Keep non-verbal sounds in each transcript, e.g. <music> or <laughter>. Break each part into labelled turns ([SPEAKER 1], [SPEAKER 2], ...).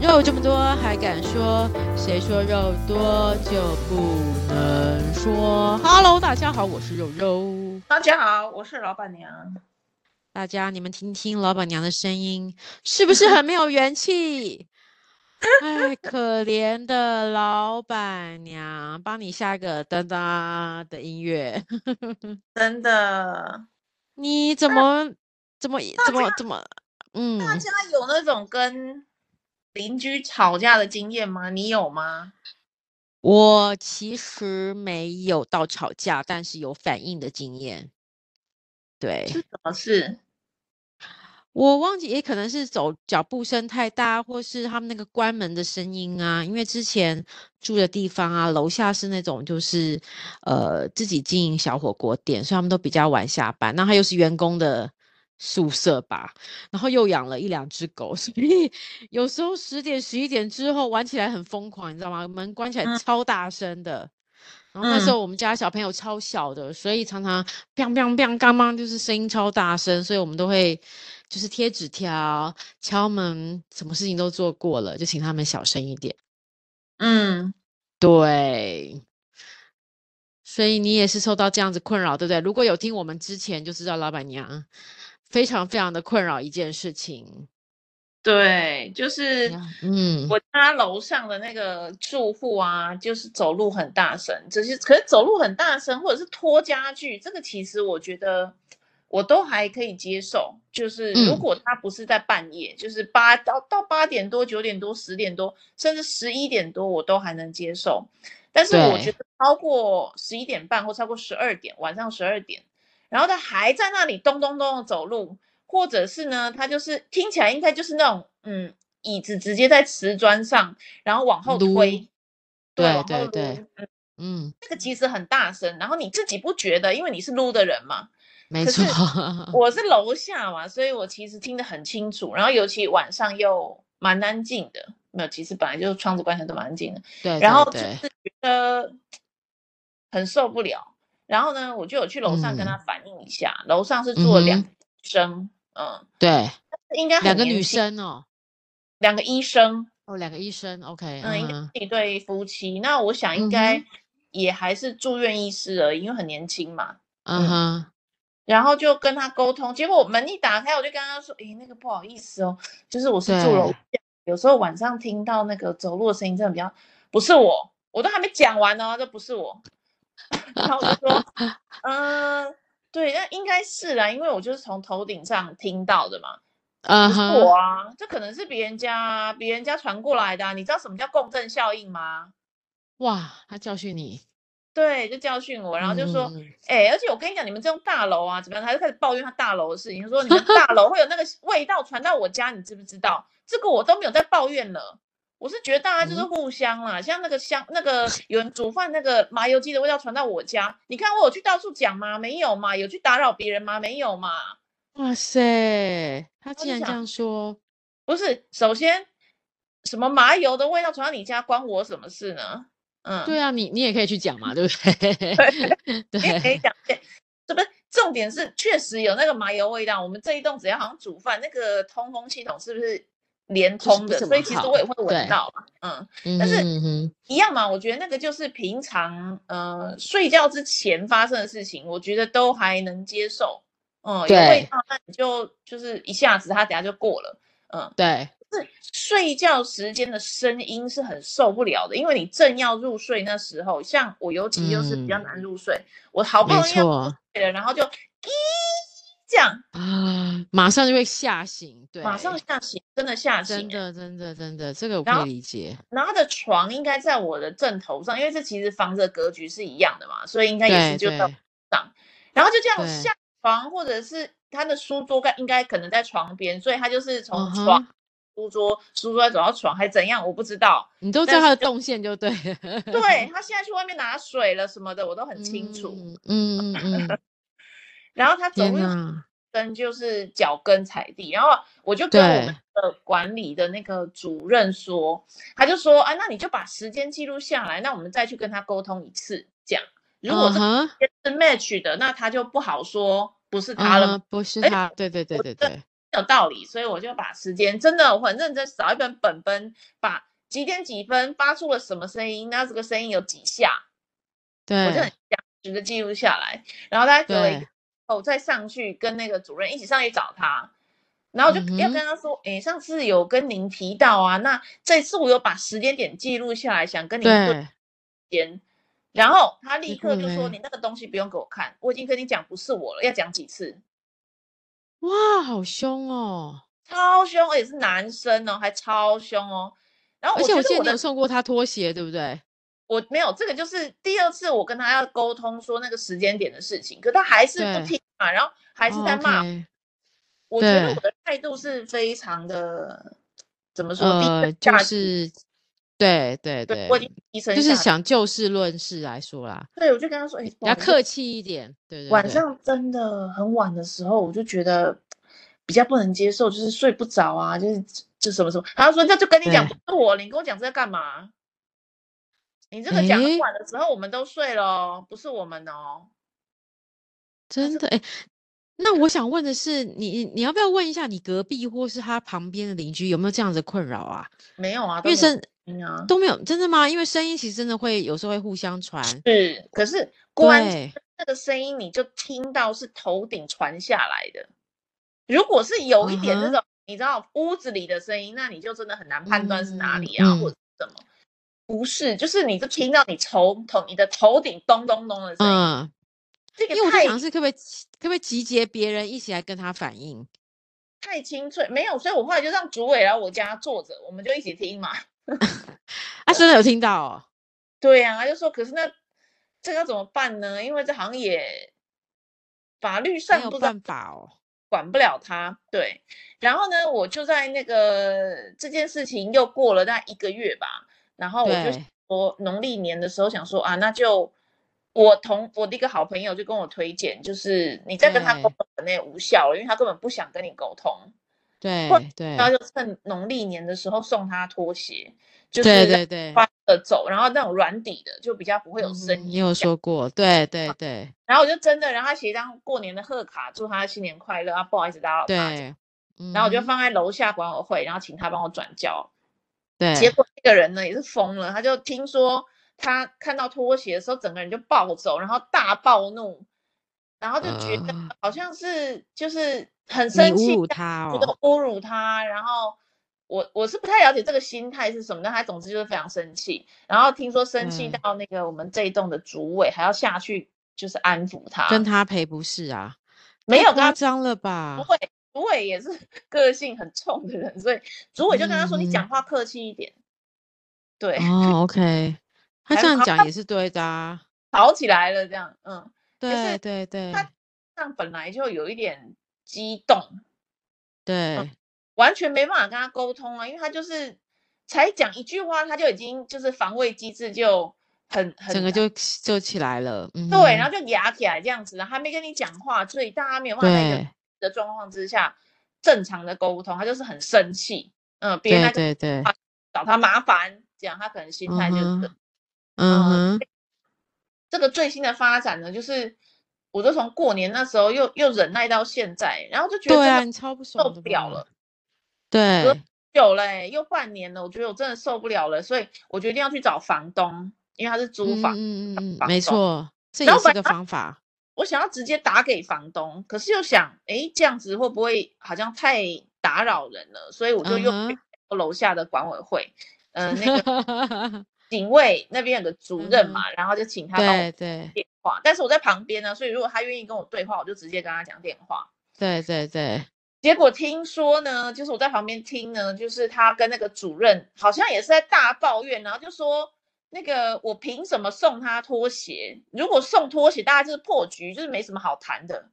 [SPEAKER 1] 肉这么多，还敢说？谁说肉多就不能说？Hello，大家好，我是肉肉。
[SPEAKER 2] 大家好，我是老板娘。
[SPEAKER 1] 大家，你们听听老板娘的声音，是不是很没有元气？哎，可怜的老板娘，帮你下个噔噔的音乐。
[SPEAKER 2] 真的，
[SPEAKER 1] 你怎么怎么
[SPEAKER 2] 大
[SPEAKER 1] 怎么怎么？嗯，
[SPEAKER 2] 大家有那种跟邻居吵架的经验吗？你有吗？
[SPEAKER 1] 我其实没有到吵架，但是有反应的经验。对，
[SPEAKER 2] 是什么事？
[SPEAKER 1] 我忘记，也可能是走脚步声太大，或是他们那个关门的声音啊。因为之前住的地方啊，楼下是那种就是呃自己经营小火锅店，所以他们都比较晚下班。那他又是员工的宿舍吧，然后又养了一两只狗， <laughs> 所以有时候十点十一点之后玩起来很疯狂，你知道吗？门关起来
[SPEAKER 2] 嗯
[SPEAKER 1] 超大声的。然后那时
[SPEAKER 2] 嗯
[SPEAKER 1] 候我们家小朋友超小的，所以常常 biang biang biang 刚刚就是声音超大声，所以我们都会就是贴纸条、敲门，什么事情都做过了，就请他们小声一点。
[SPEAKER 2] 嗯，
[SPEAKER 1] 对，所以你也是受到这样子困扰，对不对？如果有听我们之前就知道，老板娘非常非常的困扰一件事情。
[SPEAKER 2] 对，就是
[SPEAKER 1] 呀嗯，
[SPEAKER 2] 我家楼上的那个住户啊，就是走路很大声，只是可是走路很大声，或者是拖家具，这个其实我觉得我都还可以接受。就是如
[SPEAKER 1] 嗯
[SPEAKER 2] 果他不是在半夜，就是八到到八点多、九点多、十点多，甚至十一点多，我都还能接受。但是我
[SPEAKER 1] 对，
[SPEAKER 2] 觉得超过十一点半或超过十二点，晚上十二点，然后他还在那里咚咚咚的走路，或者是呢，他就是听起来应该就是那种嗯，椅子直接在瓷砖上，然后往后
[SPEAKER 1] 撸，
[SPEAKER 2] 推，对，
[SPEAKER 1] 对
[SPEAKER 2] 往后
[SPEAKER 1] 对对，
[SPEAKER 2] 撸，嗯，
[SPEAKER 1] 嗯，
[SPEAKER 2] 这个其实很大声，然后你自己不觉得，因为你是撸的人嘛。
[SPEAKER 1] 没
[SPEAKER 2] 可
[SPEAKER 1] 错，
[SPEAKER 2] 是
[SPEAKER 1] 嗯
[SPEAKER 2] 我是楼下嘛，所以我其实听得很清楚，然后尤其晚上又蛮安静的，没有，其实本来就是窗子关起来都蛮安静的，
[SPEAKER 1] <laughs> 对
[SPEAKER 2] 然
[SPEAKER 1] 对
[SPEAKER 2] 后就
[SPEAKER 1] 对，
[SPEAKER 2] 是觉得很受不了，然后呢，我就有去楼上跟他
[SPEAKER 1] 嗯
[SPEAKER 2] 反映一下，楼上是
[SPEAKER 1] 嗯
[SPEAKER 2] 住了两
[SPEAKER 1] 哼，
[SPEAKER 2] 个女生，嗯，
[SPEAKER 1] 对，
[SPEAKER 2] 应该
[SPEAKER 1] 两
[SPEAKER 2] 很
[SPEAKER 1] 个
[SPEAKER 2] 年
[SPEAKER 1] 女
[SPEAKER 2] 轻，
[SPEAKER 1] 生哦，
[SPEAKER 2] 两个医生，
[SPEAKER 1] 哦，两个医生，OK，
[SPEAKER 2] 嗯，应该
[SPEAKER 1] 嗯哼，
[SPEAKER 2] 是一对夫妻。那我想应
[SPEAKER 1] 嗯
[SPEAKER 2] 该
[SPEAKER 1] 哼，
[SPEAKER 2] 也还是住院医师而已，因为很年轻嘛。
[SPEAKER 1] 嗯
[SPEAKER 2] 嗯，
[SPEAKER 1] 哼，
[SPEAKER 2] 然后就跟他沟通，结果我门一打开，我就跟他说：“诶，那个不好意思哦，就是我是住楼
[SPEAKER 1] 对，
[SPEAKER 2] 下，有时候晚上听到那个走路的声音，真的比较不是我，我都还没讲完呢，这不是
[SPEAKER 1] <laughs>
[SPEAKER 2] 我。”然后我就说：“嗯、对，那应该是啦、因为我就是从头顶上听到的嘛。”
[SPEAKER 1] 嗯
[SPEAKER 2] 不是
[SPEAKER 1] 哼，
[SPEAKER 2] 我啊，这可能是别人家啊别人家传过来的啊、你知道什么叫共振效应吗？
[SPEAKER 1] 哇，他教训你，
[SPEAKER 2] 对，就教训我，然后就说，
[SPEAKER 1] 嗯嗯
[SPEAKER 2] 哎、而且我跟你讲，你们这种大楼啊，怎么样？他就开始抱怨他大楼的事情，就说你们大楼会有
[SPEAKER 1] <laughs>
[SPEAKER 2] 那个味道传到我家，你知不知道？这个我都没有在抱怨了，我是觉得大家就是
[SPEAKER 1] 嗯，
[SPEAKER 2] 互相啦，像那个香，那个有人煮饭那个麻油鸡的味道传到我家，你看我有去到处讲吗？没有嘛，有去打扰别人吗？没有嘛，
[SPEAKER 1] 嗯哇塞，他
[SPEAKER 2] 我
[SPEAKER 1] 竟
[SPEAKER 2] 就
[SPEAKER 1] 然这
[SPEAKER 2] 想。
[SPEAKER 1] 样说，
[SPEAKER 2] 不是，首先，什么麻油的味道传到你家，关我什么事呢？
[SPEAKER 1] 对
[SPEAKER 2] 嗯，
[SPEAKER 1] 啊，你你也可以去讲嘛，对不对？ <laughs> 对，
[SPEAKER 2] 你也可以讲，对，这不是重点是，确实有那个麻油味道。我们这一栋只要好像煮饭，那个通风系统是不是连
[SPEAKER 1] 就是
[SPEAKER 2] 通
[SPEAKER 1] 不
[SPEAKER 2] 的？
[SPEAKER 1] 怎
[SPEAKER 2] 所
[SPEAKER 1] 么
[SPEAKER 2] 以其实我也
[SPEAKER 1] 好，
[SPEAKER 2] 会闻
[SPEAKER 1] 对，
[SPEAKER 2] 到嘛，嗯，
[SPEAKER 1] 嗯
[SPEAKER 2] 但是
[SPEAKER 1] 哼嗯哼，
[SPEAKER 2] 一样嘛，我觉得那个就是平常呃睡觉之前发生的事情，我觉得都还能接受。嗯，有味
[SPEAKER 1] 对
[SPEAKER 2] 道，那你就就是一下子，它等下就过了。嗯，
[SPEAKER 1] 对，
[SPEAKER 2] 是睡觉时间的声音是很受不了的，因为你正要入睡那时候，像我尤其又是比较
[SPEAKER 1] 嗯，
[SPEAKER 2] 难入睡，我好不
[SPEAKER 1] 没
[SPEAKER 2] 容易要入
[SPEAKER 1] 错
[SPEAKER 2] 睡了，然后就咦这样，
[SPEAKER 1] 啊，马上就会吓醒，
[SPEAKER 2] 马上
[SPEAKER 1] 对，
[SPEAKER 2] 吓醒，真的吓醒
[SPEAKER 1] 真
[SPEAKER 2] 哎、
[SPEAKER 1] 的真的真的，这个我可
[SPEAKER 2] 然
[SPEAKER 1] 以
[SPEAKER 2] 后，
[SPEAKER 1] 理解，
[SPEAKER 2] 然后他的床应该在我的正头上，因为这其实房子的格局是一样的嘛，所以应该也
[SPEAKER 1] 对
[SPEAKER 2] 是就在我
[SPEAKER 1] 对
[SPEAKER 2] 上。然后就这样
[SPEAKER 1] 对，
[SPEAKER 2] 下床，或者是他的书桌该应该可能在床边，所以他就是
[SPEAKER 1] 嗯
[SPEAKER 2] 从床、
[SPEAKER 1] 哼，
[SPEAKER 2] 书桌、书桌再走到床，还怎样我不知道。
[SPEAKER 1] 你都知
[SPEAKER 2] 但
[SPEAKER 1] 道
[SPEAKER 2] 是
[SPEAKER 1] 他的
[SPEAKER 2] 就
[SPEAKER 1] 动线
[SPEAKER 2] <laughs>
[SPEAKER 1] 就对了，
[SPEAKER 2] 对他现在去外面拿水了什么的，我都很清楚。
[SPEAKER 1] 嗯嗯嗯嗯嗯，
[SPEAKER 2] 然后他走
[SPEAKER 1] 天
[SPEAKER 2] 路又
[SPEAKER 1] 哪，
[SPEAKER 2] 跟就是脚跟踩地，然后我就跟我们
[SPEAKER 1] 对，
[SPEAKER 2] 的管理的那个主任说，他就说啊，那你就把时间记录下来，那我们再去跟他沟通一次，这样如果
[SPEAKER 1] 嗯
[SPEAKER 2] 这个
[SPEAKER 1] 哼。
[SPEAKER 2] 时间是 match 的，那他就不好说不是
[SPEAKER 1] 嗯
[SPEAKER 2] 他了嘛。
[SPEAKER 1] 哼，不是
[SPEAKER 2] 而且
[SPEAKER 1] 他，对对对
[SPEAKER 2] 我
[SPEAKER 1] 对
[SPEAKER 2] 真
[SPEAKER 1] 对，
[SPEAKER 2] 有道理，所以我就把时间真的我很认真找一本本本，把几点几分发出了什么声音，那这个声音有几下，我就
[SPEAKER 1] 对
[SPEAKER 2] 很详实的记录下来，然后大概隔了一
[SPEAKER 1] 嗯对
[SPEAKER 2] 个后再上去跟那个主任一起上去找他，然后就
[SPEAKER 1] 嗯
[SPEAKER 2] 要跟他说，诶，上次有跟您提到啊，那这次我有把时间点记录下来，想跟您做
[SPEAKER 1] 对，
[SPEAKER 2] 间。然后他立
[SPEAKER 1] 结
[SPEAKER 2] 刻
[SPEAKER 1] 果
[SPEAKER 2] 就说：“
[SPEAKER 1] 嘞
[SPEAKER 2] 你那个东西不用给我看，我已经跟你讲不是我了，要讲几次？
[SPEAKER 1] 哇，好凶哦！
[SPEAKER 2] 超凶，而且是男生哦，还超凶哦。然后
[SPEAKER 1] 而且
[SPEAKER 2] 我
[SPEAKER 1] 我
[SPEAKER 2] 觉
[SPEAKER 1] 记
[SPEAKER 2] 得
[SPEAKER 1] 得
[SPEAKER 2] 我
[SPEAKER 1] 你有
[SPEAKER 2] 的
[SPEAKER 1] 送过他拖鞋，对不对？
[SPEAKER 2] 我没有这个，就是第二次我跟他要沟通说那个时间点的事情，可他还是
[SPEAKER 1] 对
[SPEAKER 2] 不听嘛，然后还是
[SPEAKER 1] 哦
[SPEAKER 2] 在骂。
[SPEAKER 1] ，OK
[SPEAKER 2] 我觉得
[SPEAKER 1] 对
[SPEAKER 2] 我的态度是非常的怎么说？
[SPEAKER 1] 呃，
[SPEAKER 2] 低
[SPEAKER 1] 就
[SPEAKER 2] 声下气
[SPEAKER 1] 是，对对
[SPEAKER 2] 对我已经低声
[SPEAKER 1] 就
[SPEAKER 2] 下
[SPEAKER 1] 是
[SPEAKER 2] 气
[SPEAKER 1] 想就事论事来说啦，
[SPEAKER 2] 对，我就跟他说：“哎、不
[SPEAKER 1] 比较
[SPEAKER 2] 好意思
[SPEAKER 1] 客气一点，对对
[SPEAKER 2] 晚
[SPEAKER 1] 对
[SPEAKER 2] 上真的很晚的时候，我就觉得比较不能接受，就是睡不着啊，就是就什么什么。然后说那就跟你讲不
[SPEAKER 1] 对
[SPEAKER 2] 是我，你跟我讲这个干嘛？你这个讲
[SPEAKER 1] 诶
[SPEAKER 2] 很晚的时候我们都睡了哦，不是我们哦。
[SPEAKER 1] 真的哎。那我想问的是，你你要不要问一下你隔壁或是他旁边的邻居有没有这样子的困扰啊？
[SPEAKER 2] 没有啊，
[SPEAKER 1] 因为
[SPEAKER 2] 都没有
[SPEAKER 1] 声
[SPEAKER 2] 声音啊。
[SPEAKER 1] 都没有，真的吗？因为声音其实真的会有时候会互相传，
[SPEAKER 2] 是，可是关键
[SPEAKER 1] 对
[SPEAKER 2] 那个声音你就听到是头顶传下来的。如果是有一点那
[SPEAKER 1] 嗯哼
[SPEAKER 2] 种、你知道屋子里的声音，那你就真的很难判断是哪
[SPEAKER 1] 嗯
[SPEAKER 2] 里啊，
[SPEAKER 1] 嗯
[SPEAKER 2] 或者是什么。不是，就是你就听到你头头你的头顶咚咚咚的声音，
[SPEAKER 1] 嗯，
[SPEAKER 2] 这
[SPEAKER 1] 因为
[SPEAKER 2] 个
[SPEAKER 1] 我在
[SPEAKER 2] 太
[SPEAKER 1] 想是可不可以集可不可以集结别人一起来跟他反映？
[SPEAKER 2] 太清脆，没有，所以我后来就让主委来我家坐着，我们就一起听嘛。 <laughs>
[SPEAKER 1] 啊，真的有听到哦，
[SPEAKER 2] 对呀、他就说可是那这个要怎么办呢？因为这好像也法律
[SPEAKER 1] 没
[SPEAKER 2] 上
[SPEAKER 1] 有
[SPEAKER 2] 不知道
[SPEAKER 1] 办法哦，
[SPEAKER 2] 管不了他。对，然后呢，我就在那个这件事情又过了大概一个月吧，然后我就
[SPEAKER 1] 对
[SPEAKER 2] 我农历年的时候想说啊，那就我同我的一个好朋友就跟我推荐，就是你再跟他沟
[SPEAKER 1] 对
[SPEAKER 2] 通可能也无效了，因为他根本不想跟你沟通。
[SPEAKER 1] 对对
[SPEAKER 2] 然后就趁农历年的时候送他拖鞋，就是
[SPEAKER 1] 对
[SPEAKER 2] 让
[SPEAKER 1] 对对，
[SPEAKER 2] 他穿着走，然后那种软底的就比较不会有
[SPEAKER 1] 嗯
[SPEAKER 2] 声
[SPEAKER 1] 哼你
[SPEAKER 2] 音。
[SPEAKER 1] 有说过，对对对
[SPEAKER 2] 然后我就真的让他写一张过年的贺卡，祝他新年快乐啊，不好意思打扰他。这样
[SPEAKER 1] 对，
[SPEAKER 2] 然后我就
[SPEAKER 1] 嗯哼
[SPEAKER 2] 放在楼下管委会，然后请他帮我转交。结
[SPEAKER 1] 对，
[SPEAKER 2] 果那个人呢也是疯了，他就听说他看到拖鞋的时候，整个人就暴走，然后大暴怒，然后就觉得
[SPEAKER 1] 呃
[SPEAKER 2] 好像是就是很
[SPEAKER 1] 你
[SPEAKER 2] 生
[SPEAKER 1] 侮
[SPEAKER 2] 气，啊
[SPEAKER 1] 辱他
[SPEAKER 2] 觉得
[SPEAKER 1] 哦，
[SPEAKER 2] 侮辱他，然后。我我是不太了解这个心态是什么，但他总之就是非常生气，然后听说生气
[SPEAKER 1] 对
[SPEAKER 2] 到那个我们这一栋的主委还要下去就是安抚他，
[SPEAKER 1] 跟他赔不是啊，
[SPEAKER 2] 啊没
[SPEAKER 1] 太
[SPEAKER 2] 有跟
[SPEAKER 1] 夸
[SPEAKER 2] 他
[SPEAKER 1] 张了
[SPEAKER 2] 不
[SPEAKER 1] 吧？
[SPEAKER 2] 会，主委也是 <laughs> 个性很冲的人，所以主委就跟他说：“你
[SPEAKER 1] 嗯
[SPEAKER 2] 讲话客气一点。”对， <laughs>
[SPEAKER 1] 哦，OK，他
[SPEAKER 2] 还
[SPEAKER 1] 这样
[SPEAKER 2] 好
[SPEAKER 1] 讲也是对的啊，
[SPEAKER 2] 吵起来了，这样，嗯，
[SPEAKER 1] 对
[SPEAKER 2] 是
[SPEAKER 1] 对对
[SPEAKER 2] 他这样本来就有一点激动，嗯
[SPEAKER 1] 对，
[SPEAKER 2] 完全没办法跟他沟通啊，因为他就是才讲一句话，他就已经就是防卫机制就很很
[SPEAKER 1] 整个就就起来了，嗯哼，
[SPEAKER 2] 对，然后就压起来这样子，然后还没跟你讲话，所以大家没有办法在一个
[SPEAKER 1] 对
[SPEAKER 2] 的状况之下正常的沟通，他就是很生气，嗯、别人
[SPEAKER 1] 对
[SPEAKER 2] 来跟
[SPEAKER 1] 对对，
[SPEAKER 2] 他找他麻烦，这样他可能心
[SPEAKER 1] 嗯
[SPEAKER 2] 态就是这
[SPEAKER 1] 哼，
[SPEAKER 2] 呃
[SPEAKER 1] 嗯哼，
[SPEAKER 2] 这个最新的发展呢，就是我都从过年那时候又又忍耐到现在，然后就觉得
[SPEAKER 1] 对啊，
[SPEAKER 2] 真
[SPEAKER 1] 你
[SPEAKER 2] 的
[SPEAKER 1] 超不
[SPEAKER 2] 受
[SPEAKER 1] 爽的
[SPEAKER 2] 不了
[SPEAKER 1] 吧？
[SPEAKER 2] 了，
[SPEAKER 1] 对，
[SPEAKER 2] 久了欸、又半年了，我觉得我真的受不了了，所以我决定要去找房东，因为他是
[SPEAKER 1] 嗯
[SPEAKER 2] 租房，
[SPEAKER 1] 嗯嗯嗯，
[SPEAKER 2] 房
[SPEAKER 1] 没
[SPEAKER 2] 东
[SPEAKER 1] 错，这
[SPEAKER 2] 然
[SPEAKER 1] 也
[SPEAKER 2] 后
[SPEAKER 1] 是
[SPEAKER 2] 本
[SPEAKER 1] 个
[SPEAKER 2] 来
[SPEAKER 1] 方法，
[SPEAKER 2] 我想要直接打给房东，可是又想，诶，这样子会不会好像太打扰人了？所以我就
[SPEAKER 1] 嗯
[SPEAKER 2] 又
[SPEAKER 1] 哼。
[SPEAKER 2] 楼下的管委会，呃，那
[SPEAKER 1] <laughs>
[SPEAKER 2] 个警卫那边有个主
[SPEAKER 1] 嗯
[SPEAKER 2] 任
[SPEAKER 1] 哼
[SPEAKER 2] 嘛，然后就请他帮我
[SPEAKER 1] 对对
[SPEAKER 2] 电话，但是我在旁边呢，所以如果他愿意跟我对话，我就直接跟他讲电话。
[SPEAKER 1] 对对
[SPEAKER 2] <laughs>
[SPEAKER 1] 对， <laughs>
[SPEAKER 2] 结果听说呢，就是我在旁边听呢，就是他跟那个主任好像也是在大抱怨，然后就说那个我凭什么送他拖鞋？如果送拖鞋，大家就是破局，就是没什么好谈的。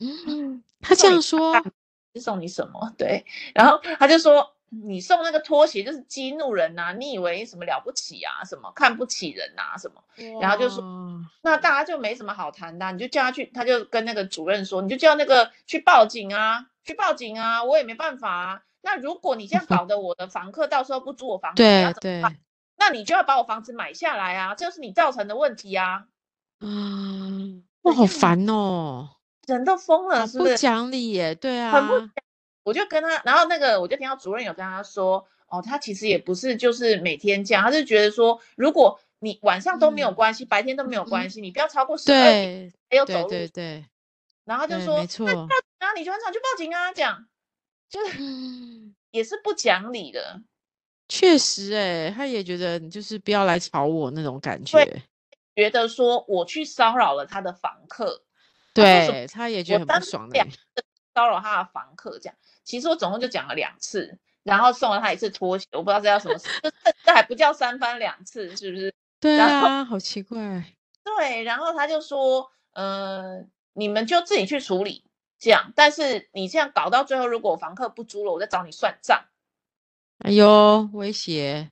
[SPEAKER 1] 嗯，他这
[SPEAKER 2] 送你
[SPEAKER 1] 样说，
[SPEAKER 2] 是送你什么？对，然后他就说你送那个拖鞋就是激怒人呐、你以为什么了不起啊？什么看不起人呐、什么？然后就说
[SPEAKER 1] 哇
[SPEAKER 2] 那大家就没什么好谈的啊、你就叫他去，他就跟那个主任说，你就叫那个去报警啊，去报警啊，我也没办法啊。那如果你这样搞得我的房客到时候不租我房子，你
[SPEAKER 1] 对
[SPEAKER 2] 要怎么
[SPEAKER 1] 对
[SPEAKER 2] 办？那你就要把我房子买下来啊，这是你造成的问题啊，
[SPEAKER 1] 啊，哇，好
[SPEAKER 2] 这样
[SPEAKER 1] 烦哦，
[SPEAKER 2] 人都疯
[SPEAKER 1] 好
[SPEAKER 2] 了，是
[SPEAKER 1] 啊
[SPEAKER 2] 不
[SPEAKER 1] 不
[SPEAKER 2] 是？
[SPEAKER 1] 讲理耶，对
[SPEAKER 2] 很不
[SPEAKER 1] 啊，
[SPEAKER 2] 我就跟他，然后那个我就听到主任有跟他说，哦，他其实也不是就是每天这样，他是觉得说，如果你晚上都没有
[SPEAKER 1] 嗯
[SPEAKER 2] 关系，白天都没有
[SPEAKER 1] 嗯
[SPEAKER 2] 关系，你不要超过十二点
[SPEAKER 1] 对
[SPEAKER 2] 还有
[SPEAKER 1] 对
[SPEAKER 2] 走路，
[SPEAKER 1] 对对，
[SPEAKER 2] 然后他就
[SPEAKER 1] 对
[SPEAKER 2] 说，
[SPEAKER 1] 没
[SPEAKER 2] 那
[SPEAKER 1] 错
[SPEAKER 2] 报警啊，你船长去报警啊，这样就是
[SPEAKER 1] 嗯
[SPEAKER 2] 也是不讲理的，
[SPEAKER 1] <sniffs> 确实哎、他也觉得你就是不要来吵我那种感觉
[SPEAKER 2] 对，觉得说我去骚扰了他的房客，
[SPEAKER 1] 对
[SPEAKER 2] 他说什么
[SPEAKER 1] 他也觉得
[SPEAKER 2] 我
[SPEAKER 1] 很
[SPEAKER 2] 当
[SPEAKER 1] 不爽的、
[SPEAKER 2] 两骚扰他的房客这样。其实我总共就讲了两次，然后送了他一次拖鞋，我不知道这叫什么事，这这这还不叫三番两次，是不是？
[SPEAKER 1] 对
[SPEAKER 2] 然后
[SPEAKER 1] 啊，好奇怪，
[SPEAKER 2] 对，然后他就说，呃，你们就自己去处理这样，但是你这样搞到最后，如果我房客不租了，我再找你算账。
[SPEAKER 1] 哎呦，威胁，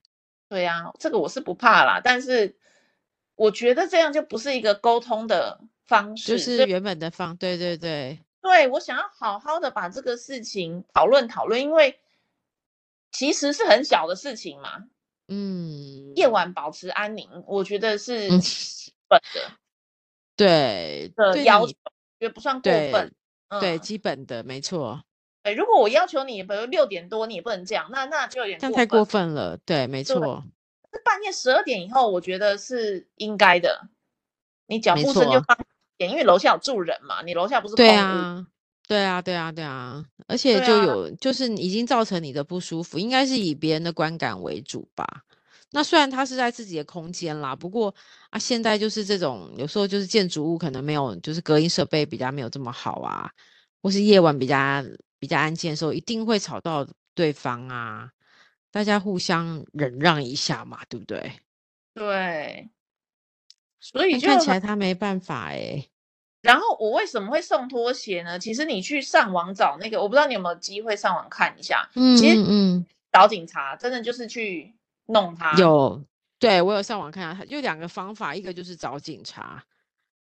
[SPEAKER 2] 对啊，这个我是不怕啦，但是我觉得这样就不是一个沟通的方式，
[SPEAKER 1] 就
[SPEAKER 2] 所
[SPEAKER 1] 是
[SPEAKER 2] 以
[SPEAKER 1] 原本的放，对对对，
[SPEAKER 2] 对，我想要好好的把这个事情讨论讨论，因为其实是很小的事情嘛。
[SPEAKER 1] 嗯，
[SPEAKER 2] 夜晚保持安宁，我觉得是
[SPEAKER 1] 嗯
[SPEAKER 2] 基本的
[SPEAKER 1] 对
[SPEAKER 2] 的
[SPEAKER 1] 对
[SPEAKER 2] 要
[SPEAKER 1] 你
[SPEAKER 2] 求，也不算过
[SPEAKER 1] 对
[SPEAKER 2] 分。嗯，
[SPEAKER 1] 对基本的没错，
[SPEAKER 2] 对如果我要求你，比如六点多，你也不能这样，那那就有点
[SPEAKER 1] 这样
[SPEAKER 2] 过
[SPEAKER 1] 太
[SPEAKER 2] 分。
[SPEAKER 1] 过分了，对，没
[SPEAKER 2] 对
[SPEAKER 1] 错，
[SPEAKER 2] 那半夜十二点以后，我觉得是应该的。你脚
[SPEAKER 1] 没
[SPEAKER 2] 步声就
[SPEAKER 1] 错
[SPEAKER 2] 放一点，因为楼下有住人嘛，你楼下不是空
[SPEAKER 1] 对
[SPEAKER 2] 屋，
[SPEAKER 1] 啊，对啊，对啊，对啊，而且
[SPEAKER 2] 对
[SPEAKER 1] 就
[SPEAKER 2] 啊
[SPEAKER 1] 有就是你已经造成你的不舒服，应该是以别人的观感为主吧。那虽然他是在自己的空间啦，不过啊，现在就是这种有时候就是建筑物可能没有，就是隔音设备比较没有这么好啊，或是夜晚比较比较安静的时候，一定会吵到对方啊，大家互相忍让一下嘛，对不对？
[SPEAKER 2] 对，所以
[SPEAKER 1] 但
[SPEAKER 2] 就
[SPEAKER 1] 看起
[SPEAKER 2] 很
[SPEAKER 1] 来他没办法欸诶、
[SPEAKER 2] 然后我为什么会送拖鞋呢？其实你去上网找那个，我不知道你有没有机会上网看一下。其实
[SPEAKER 1] 嗯嗯
[SPEAKER 2] 找警察真的就是去弄他，
[SPEAKER 1] 有，对，我有上网看啊，有两个方法，一个就是找警察，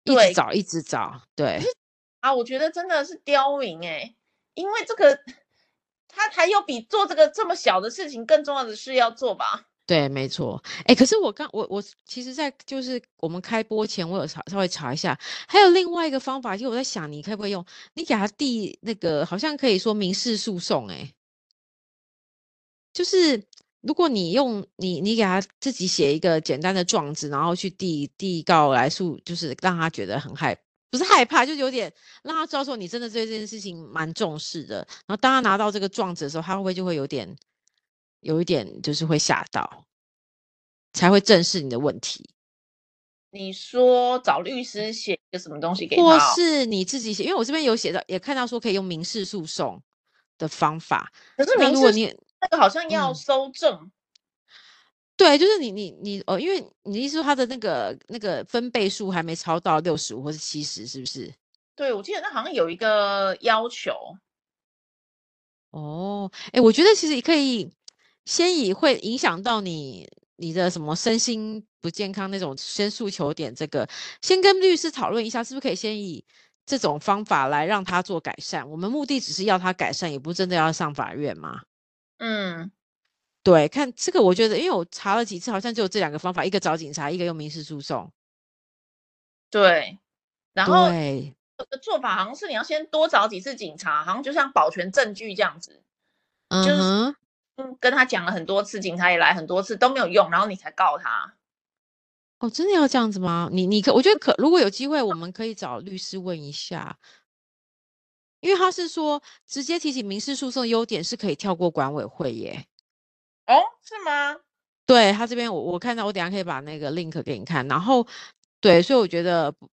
[SPEAKER 1] 一直
[SPEAKER 2] 对
[SPEAKER 1] 找，一直找，对，
[SPEAKER 2] 啊，我觉得真的是刁民哎、因为这个他还有比做这个这么小的事情更重要的事要做吧？
[SPEAKER 1] 对，没错。哎，可是我刚我我其实，在就是我们开播前，我有查稍微查一下，还有另外一个方法，就我在想，你可不可以用？你给他递那个，好像可以说民事诉讼，哎，就是如果你用你你给他自己写一个简单的状子，然后去递递告来诉，就是让他觉得很害，不是害怕，就是有点让他知道说你真的对这件事情蛮重视的。然后当他拿到这个状子的时候，他会不会就会有点有一点就是会吓到，才会正视你的问题，
[SPEAKER 2] 你说找律师写一个什么东西给他、
[SPEAKER 1] 或
[SPEAKER 2] 哦？
[SPEAKER 1] 是你自己写，因为我这边有写到，也看到说可以用民事诉讼的方法。
[SPEAKER 2] 可是
[SPEAKER 1] 那
[SPEAKER 2] 民
[SPEAKER 1] 如果
[SPEAKER 2] 事
[SPEAKER 1] 你
[SPEAKER 2] 那个好像要
[SPEAKER 1] 嗯
[SPEAKER 2] 搜证，
[SPEAKER 1] 对，就是你你你哦，因为你的意思说他的那个那个分贝数还没超到六十五或是七十，是不是？
[SPEAKER 2] 对我记得那好像有一个要求，
[SPEAKER 1] 哦，哎，我觉得其实也可以先以会影响到你你的什么身心不健康那种先诉求点，这个先跟律师讨论一下，是不是可以先以这种方法来让他做改善？我们目的只是要他改善，也不真的要上法院嘛。
[SPEAKER 2] 嗯，
[SPEAKER 1] 对，看这个，我觉得因为我查了几次，好像只有这两个方法，一个找警察，一个用民事诉讼。
[SPEAKER 2] 对，然后。
[SPEAKER 1] 对，
[SPEAKER 2] 有的做法好像是你要先多找几次警察，好像就像保全证据这样子，
[SPEAKER 1] 嗯
[SPEAKER 2] 就是
[SPEAKER 1] 哼。
[SPEAKER 2] 嗯，跟他讲了很多次，警察也来很多次都没有用，然后你才告他。
[SPEAKER 1] 哦，真的要这样子吗？你你可，我觉得可，如果有机会，我们可以找律师问一下，因为他是说直接提起民事诉讼的优点是可以跳过管委会耶。
[SPEAKER 2] 哦，是吗？
[SPEAKER 1] 对他这边我我看到，我等一下可以把那个 link 给你看。然后对，所以我觉得不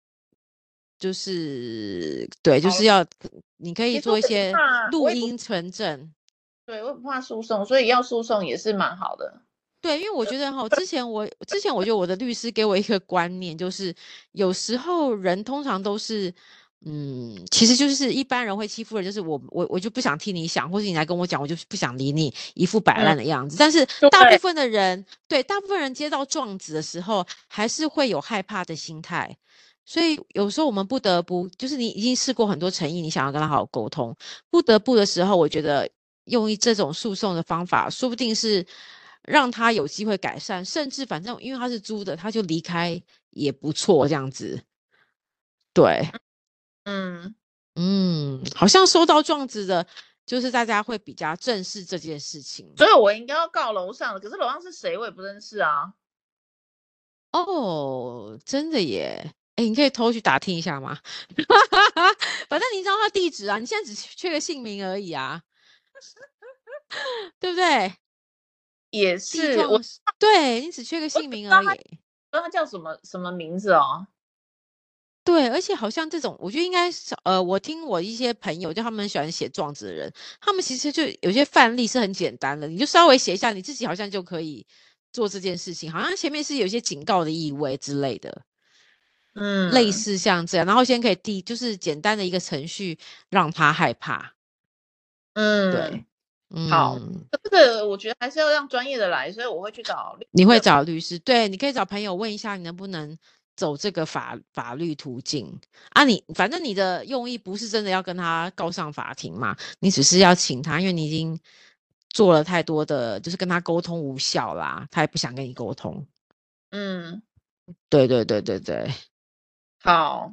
[SPEAKER 1] 就是对，就
[SPEAKER 2] 好
[SPEAKER 1] 是要你可以
[SPEAKER 2] 其实
[SPEAKER 1] 做
[SPEAKER 2] 我
[SPEAKER 1] 一
[SPEAKER 2] 也不
[SPEAKER 1] 些
[SPEAKER 2] 怕，
[SPEAKER 1] 录
[SPEAKER 2] 我也不
[SPEAKER 1] 音存证。
[SPEAKER 2] 对，我也不怕诉讼，所以要诉讼也是蛮好的。
[SPEAKER 1] 对，因为我觉得哈，之前我之前我觉得我的律师给我一个观念，就是有时候人通常都是，嗯，其实就是一般人会欺负人，就是我我我就不想替你想，或是你来跟我讲，我就是不想理你，一副摆
[SPEAKER 2] 嗯
[SPEAKER 1] 烂的样子。但是大部
[SPEAKER 2] 对，
[SPEAKER 1] 分的人，对大部分人接到状子的时候，还是会有害怕的心态。所以有时候我们不得不，就是你已经试过很多诚意，你想要跟他好好沟通，不得不的时候，我觉得用一这种诉讼的方法，说不定是让他有机会改善，甚至反正因为他是租的，他就离开也不错，这样子。对，嗯
[SPEAKER 2] 嗯，
[SPEAKER 1] 嗯，好像收到状子的，就是大家会比较正视这件事情。
[SPEAKER 2] 所以我应该要告楼上的，可是楼上是谁我也不认识啊。
[SPEAKER 1] 哦，真的耶！哎，你可以偷去打听一下吗？ <laughs> 反正你知道他地址啊，你现在只缺个姓名而已啊， <laughs> 对不对？
[SPEAKER 2] 也
[SPEAKER 1] 地
[SPEAKER 2] 是，
[SPEAKER 1] 状
[SPEAKER 2] 我
[SPEAKER 1] 是对你只缺个
[SPEAKER 2] 只
[SPEAKER 1] 姓名
[SPEAKER 2] 知道
[SPEAKER 1] 而
[SPEAKER 2] 他
[SPEAKER 1] 已。
[SPEAKER 2] 不知道他叫什么什么名字哦。
[SPEAKER 1] 对，而且好像这种，我觉得应该是呃，我听我一些朋友，就他们喜欢写状子的人，他们其实就有些范例是很简单的，你就稍微写一下，你自己好像就可以做这件事情，好像前面是有一些警告的意味之类的，
[SPEAKER 2] 嗯，
[SPEAKER 1] 类似像这样，然后先可以递，就是简单的一个程序让他害怕。
[SPEAKER 2] 嗯，
[SPEAKER 1] 对。嗯，
[SPEAKER 2] 好这个我觉得还是要让专业的来，所以我会去找律
[SPEAKER 1] 你
[SPEAKER 2] 师
[SPEAKER 1] 会
[SPEAKER 2] 的
[SPEAKER 1] 找律师，对，你可以找朋友问一下，你能不能走这个法法律途径啊你？反正你的用意不是真的要跟他告上法庭嘛，你只是要请他，因为你已经做了太多的，就是跟他沟通无效啦，他也不想跟你沟通。
[SPEAKER 2] 嗯，
[SPEAKER 1] 对对对对对，
[SPEAKER 2] 好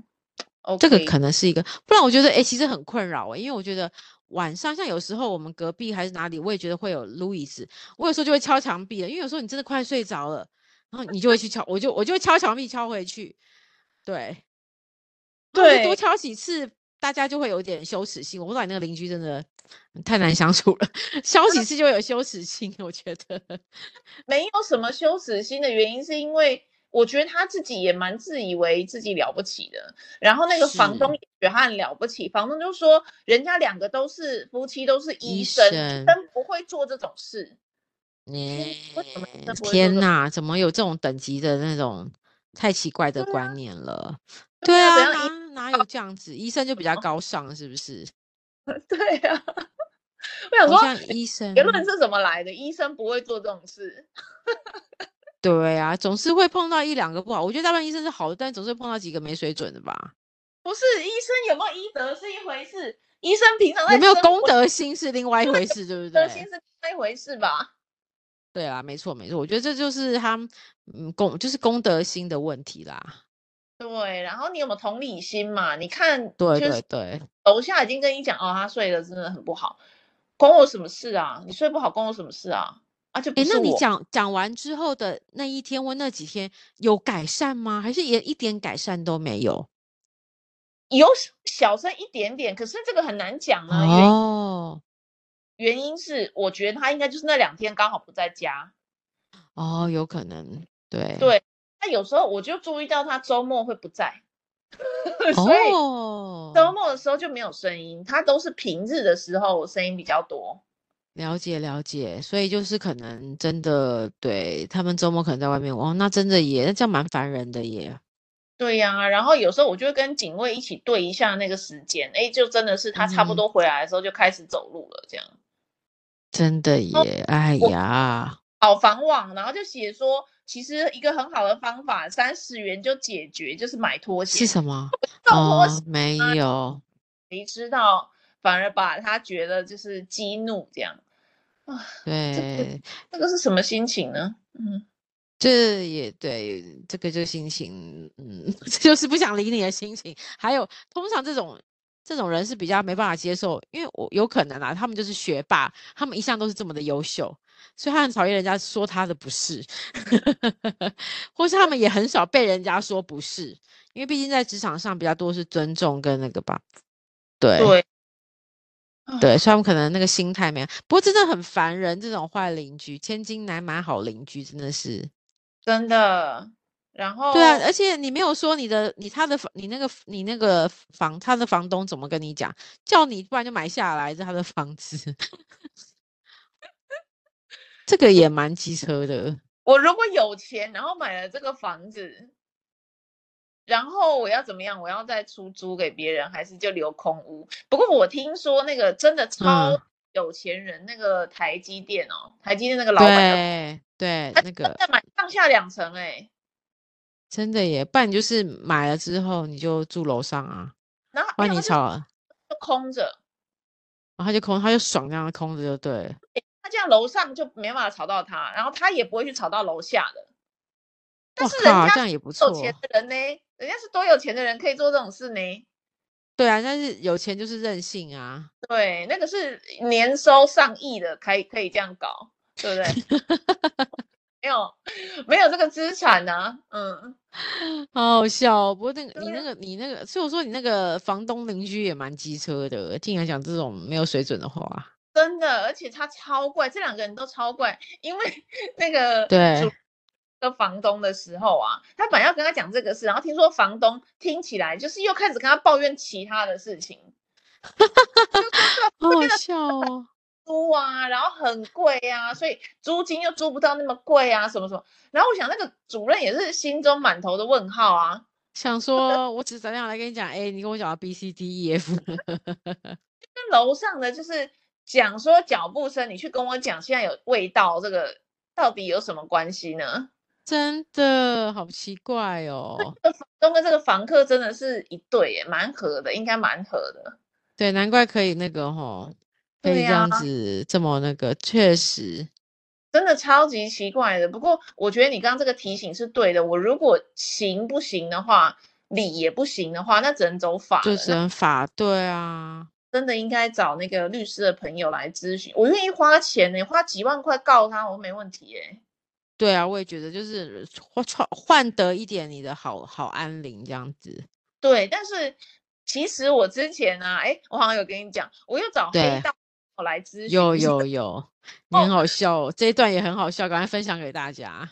[SPEAKER 2] ，OK，
[SPEAKER 1] 这个可能是一个，不然我觉得哎、诶其实很困扰哎、因为我觉得晚上像有时候我们隔壁还是哪里，我也觉得会有 Louis，我有时候就会敲墙壁了，因为有时候你真的快睡着了，然后你就会去敲，我就我就会敲墙壁敲回去，对，然后我就多
[SPEAKER 2] 对
[SPEAKER 1] 敲几次。大家就会有点羞耻心，我不知道你那个邻居真的嗯太难相处了， <laughs> 敲几次就会有羞耻心，我觉得。
[SPEAKER 2] 没有什么羞耻心的原因，是因为我觉得他自己也蛮自以为自己了不起的。然后那个房东
[SPEAKER 1] 是
[SPEAKER 2] 也觉得他很了不起，房东就说人家两个都是夫妻，都是
[SPEAKER 1] 医
[SPEAKER 2] 医生，
[SPEAKER 1] 生
[SPEAKER 2] 医生不会做这种事。 <laughs>
[SPEAKER 1] 你
[SPEAKER 2] 为什么医生不会做
[SPEAKER 1] 哎天
[SPEAKER 2] 这种？
[SPEAKER 1] 呐，怎么有这种等级的那种太奇怪的
[SPEAKER 2] 对啊
[SPEAKER 1] 观念了？
[SPEAKER 2] 对
[SPEAKER 1] 对
[SPEAKER 2] 啊，
[SPEAKER 1] 啊，
[SPEAKER 2] 怎样医？
[SPEAKER 1] 哪哪有这样子？医生就比较高尚，是不是？
[SPEAKER 2] 对啊，我想
[SPEAKER 1] 好
[SPEAKER 2] 说
[SPEAKER 1] 像嗯医生，
[SPEAKER 2] 结论是怎么来的？医生不会做这种事。
[SPEAKER 1] 对啊，总是会碰到一两个不好。我觉得大部分医生是好的，但总是碰到几个没水准的吧？
[SPEAKER 2] 不是医生有没有医德是一回事，医生平常在
[SPEAKER 1] 有没有欸
[SPEAKER 2] 生
[SPEAKER 1] 公
[SPEAKER 2] 活
[SPEAKER 1] 德心是另外一回事，对不
[SPEAKER 2] 德心
[SPEAKER 1] 对？
[SPEAKER 2] 是另外一回事吧？
[SPEAKER 1] 对啊，没错没错，我觉得这就是他们嗯公就是公德心的问题啦。
[SPEAKER 2] 对，然后你有没有同理心嘛？你看，
[SPEAKER 1] 对
[SPEAKER 2] 就
[SPEAKER 1] 对
[SPEAKER 2] 是
[SPEAKER 1] 对，
[SPEAKER 2] 楼下已经跟你讲哦，他睡得真的很不好，关我什么事啊？你睡不好关我什么事啊？啊，就不
[SPEAKER 1] 诶，
[SPEAKER 2] 是
[SPEAKER 1] 那你
[SPEAKER 2] 我，
[SPEAKER 1] 讲讲完之后的那一天或那几天有改善吗？还是也一点改善都没有？
[SPEAKER 2] 有小小声一点点，可是这个很难讲呢。啊原
[SPEAKER 1] 哦
[SPEAKER 2] 原因是我觉得他应该就是那两天刚好不在家，
[SPEAKER 1] 哦，有可能，对，
[SPEAKER 2] 对。那有时候我就注意到他周末会不在， <laughs> 所以周
[SPEAKER 1] 哦，
[SPEAKER 2] 末的时候就没有声音，他都是平日的时候声音比较多。
[SPEAKER 1] 了解了解，所以就是可能真的对他们周末可能在外面哦，那真的也那这样蛮烦人的耶，
[SPEAKER 2] 对呀、然后有时候我就会跟警卫一起对一下那个时间，哎，就真的是他
[SPEAKER 1] 嗯
[SPEAKER 2] 差不
[SPEAKER 1] 哼，
[SPEAKER 2] 多回来的时候就开始走路了，这样。
[SPEAKER 1] 真的
[SPEAKER 2] 然后
[SPEAKER 1] 耶，哎
[SPEAKER 2] 我
[SPEAKER 1] 呀，
[SPEAKER 2] 好防网，然后就写说，其实一个很好的方法，三十元就解决，就是买拖
[SPEAKER 1] 是
[SPEAKER 2] 鞋。
[SPEAKER 1] 什么？
[SPEAKER 2] 送拖
[SPEAKER 1] 哦，
[SPEAKER 2] 鞋，
[SPEAKER 1] 没有，
[SPEAKER 2] 谁知道反而把他觉得就是激怒这样啊，这个
[SPEAKER 1] 对，
[SPEAKER 2] 这个是什么心情呢？嗯，
[SPEAKER 1] 这也对，这个就心情，嗯， <laughs> 这就是不想理你的心情。还有，通常这种这种人是比较没办法接受，因为我有可能啊，他们就是学霸，他们一向都是这么的优秀，所以他很讨厌人家说他的不是， <laughs> 或是他们也很少被人家说不是，因为毕竟在职场上比较多是尊重跟那个吧，对。
[SPEAKER 2] 对
[SPEAKER 1] 对，
[SPEAKER 2] 啊，
[SPEAKER 1] 所以他们可能那个心态没有，不过真的很烦人。这种坏邻居，千金难买好邻居，真的是。
[SPEAKER 2] 真的。然
[SPEAKER 1] 对啊，
[SPEAKER 2] 后
[SPEAKER 1] 而且你没有说你的、你他的房、你那个、你那个房，他的房东怎么跟你讲？叫你不然就买下来，这是他的房子， <laughs> 这个也蛮机车的。
[SPEAKER 2] 我如果有钱，然后买了这个房子，然后我要怎么样？我要再出租给别人，还是就留空屋？不过我听说那个真的超
[SPEAKER 1] 嗯，
[SPEAKER 2] 有钱人，那个台积电哦，台积电那个老板叫
[SPEAKER 1] 对对，
[SPEAKER 2] 他
[SPEAKER 1] 那个
[SPEAKER 2] 在买上下两层哎、
[SPEAKER 1] 真的耶，不然你就是买了之后你就住楼上啊，
[SPEAKER 2] 然后
[SPEAKER 1] 不
[SPEAKER 2] 没
[SPEAKER 1] 然你
[SPEAKER 2] 有他就是
[SPEAKER 1] 炒了，
[SPEAKER 2] 就空着，
[SPEAKER 1] 然后他就空，他就爽这样空着就对了。
[SPEAKER 2] 他这样楼上就没办法吵到他，然后他也不会去吵到楼下的。但
[SPEAKER 1] 哇
[SPEAKER 2] 是人
[SPEAKER 1] 靠，
[SPEAKER 2] 家
[SPEAKER 1] 这样
[SPEAKER 2] 是
[SPEAKER 1] 也不
[SPEAKER 2] 有钱
[SPEAKER 1] 错。
[SPEAKER 2] 的人呢，人家是多有钱的人可以做这种事呢。
[SPEAKER 1] 对啊，但是有钱就是任性啊。
[SPEAKER 2] 对，那个是年收上亿的，可以可以这样搞，对不对？没有没有这个资产呐、嗯，
[SPEAKER 1] 好好笑哦！不过那个你
[SPEAKER 2] 对
[SPEAKER 1] 那
[SPEAKER 2] 啊
[SPEAKER 1] 个你那个，所以我说你那个房东邻居也蛮机车的，竟然讲这种没有水准的话。
[SPEAKER 2] 真的，而且他超怪，这两个人都超怪，因为那个
[SPEAKER 1] 对
[SPEAKER 2] 主跟房东的时候啊，他本来要跟他讲这个事，然后听说房东听起来就是又开始跟他抱怨其他的事情，
[SPEAKER 1] 好好笑哦！
[SPEAKER 2] 租啊，然后很贵啊，所以租金又租不到那么贵啊，什么什么。然后我想那个主任也是心中满头的问号啊，
[SPEAKER 1] 想说，我只是打电话来跟你讲，哎、你跟我讲到 B C D E F，
[SPEAKER 2] 那楼上的就是讲说脚步声，你去跟我讲现在有味道，这个到底有什么关系呢？
[SPEAKER 1] 真的好奇怪
[SPEAKER 2] <laughs>
[SPEAKER 1] 哦。
[SPEAKER 2] 东跟这个房客真的是一对耶，蛮合的，应该蛮合的。
[SPEAKER 1] 对，难怪可以那个吼，可以
[SPEAKER 2] 对
[SPEAKER 1] 这样
[SPEAKER 2] 呀
[SPEAKER 1] 子这么那个，确实，
[SPEAKER 2] 真的超级奇怪的，不过我觉得你刚刚这个提醒是对的。我如果行不行的话，理也不行的话，那只能走法了。
[SPEAKER 1] 就只
[SPEAKER 2] 那
[SPEAKER 1] 能法对啊。
[SPEAKER 2] 真的应该找那个律师的朋友来咨询。我愿意花钱呢、花几万块告他，我没问题耶、
[SPEAKER 1] 对啊，我也觉得就是呃换换得一点你的好好安宁这样子。
[SPEAKER 2] 对，但是其实我之前啊，哎，我好像有跟你讲，我又找
[SPEAKER 1] 对
[SPEAKER 2] 黑道朋友来咨询，
[SPEAKER 1] 有。有有，你
[SPEAKER 2] 哦
[SPEAKER 1] 很好笑、哦，这一段也很好笑，赶快分享给大
[SPEAKER 2] <laughs>
[SPEAKER 1] 家。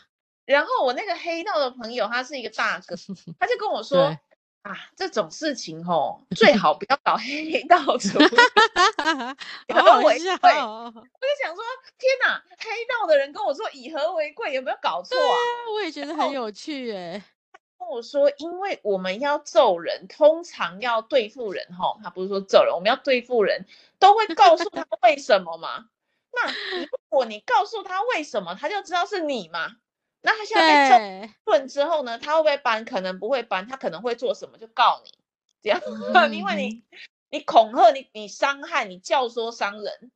[SPEAKER 2] 然后我那个黑道的朋友，他是一个大
[SPEAKER 1] <laughs>
[SPEAKER 2] 哥，他就跟我说
[SPEAKER 1] 对。
[SPEAKER 2] 啊，这种事情
[SPEAKER 1] <laughs>
[SPEAKER 2] 吼，最好不要找黑道主。
[SPEAKER 1] 好
[SPEAKER 2] 然后
[SPEAKER 1] 好
[SPEAKER 2] 我
[SPEAKER 1] 笑
[SPEAKER 2] 会
[SPEAKER 1] 哦、
[SPEAKER 2] 我就想说，天哪，黑道的人跟我说以和为贵，有没有搞错啊？
[SPEAKER 1] 我也觉得很有趣哎、
[SPEAKER 2] 跟我说，因为我们要揍人，通常要对付人吼，他不是说揍人，我们要对付人，都会告诉他为什么嘛。那如果你告诉他为什么，他就知道是你嘛。那他现在被揍
[SPEAKER 1] 对，
[SPEAKER 2] 顿之后呢，他会不会搬？可能不会搬，他可能会做什么就告你，这样， <laughs> 因为
[SPEAKER 1] 嗯
[SPEAKER 2] 你你恐吓你你伤害你教唆伤人，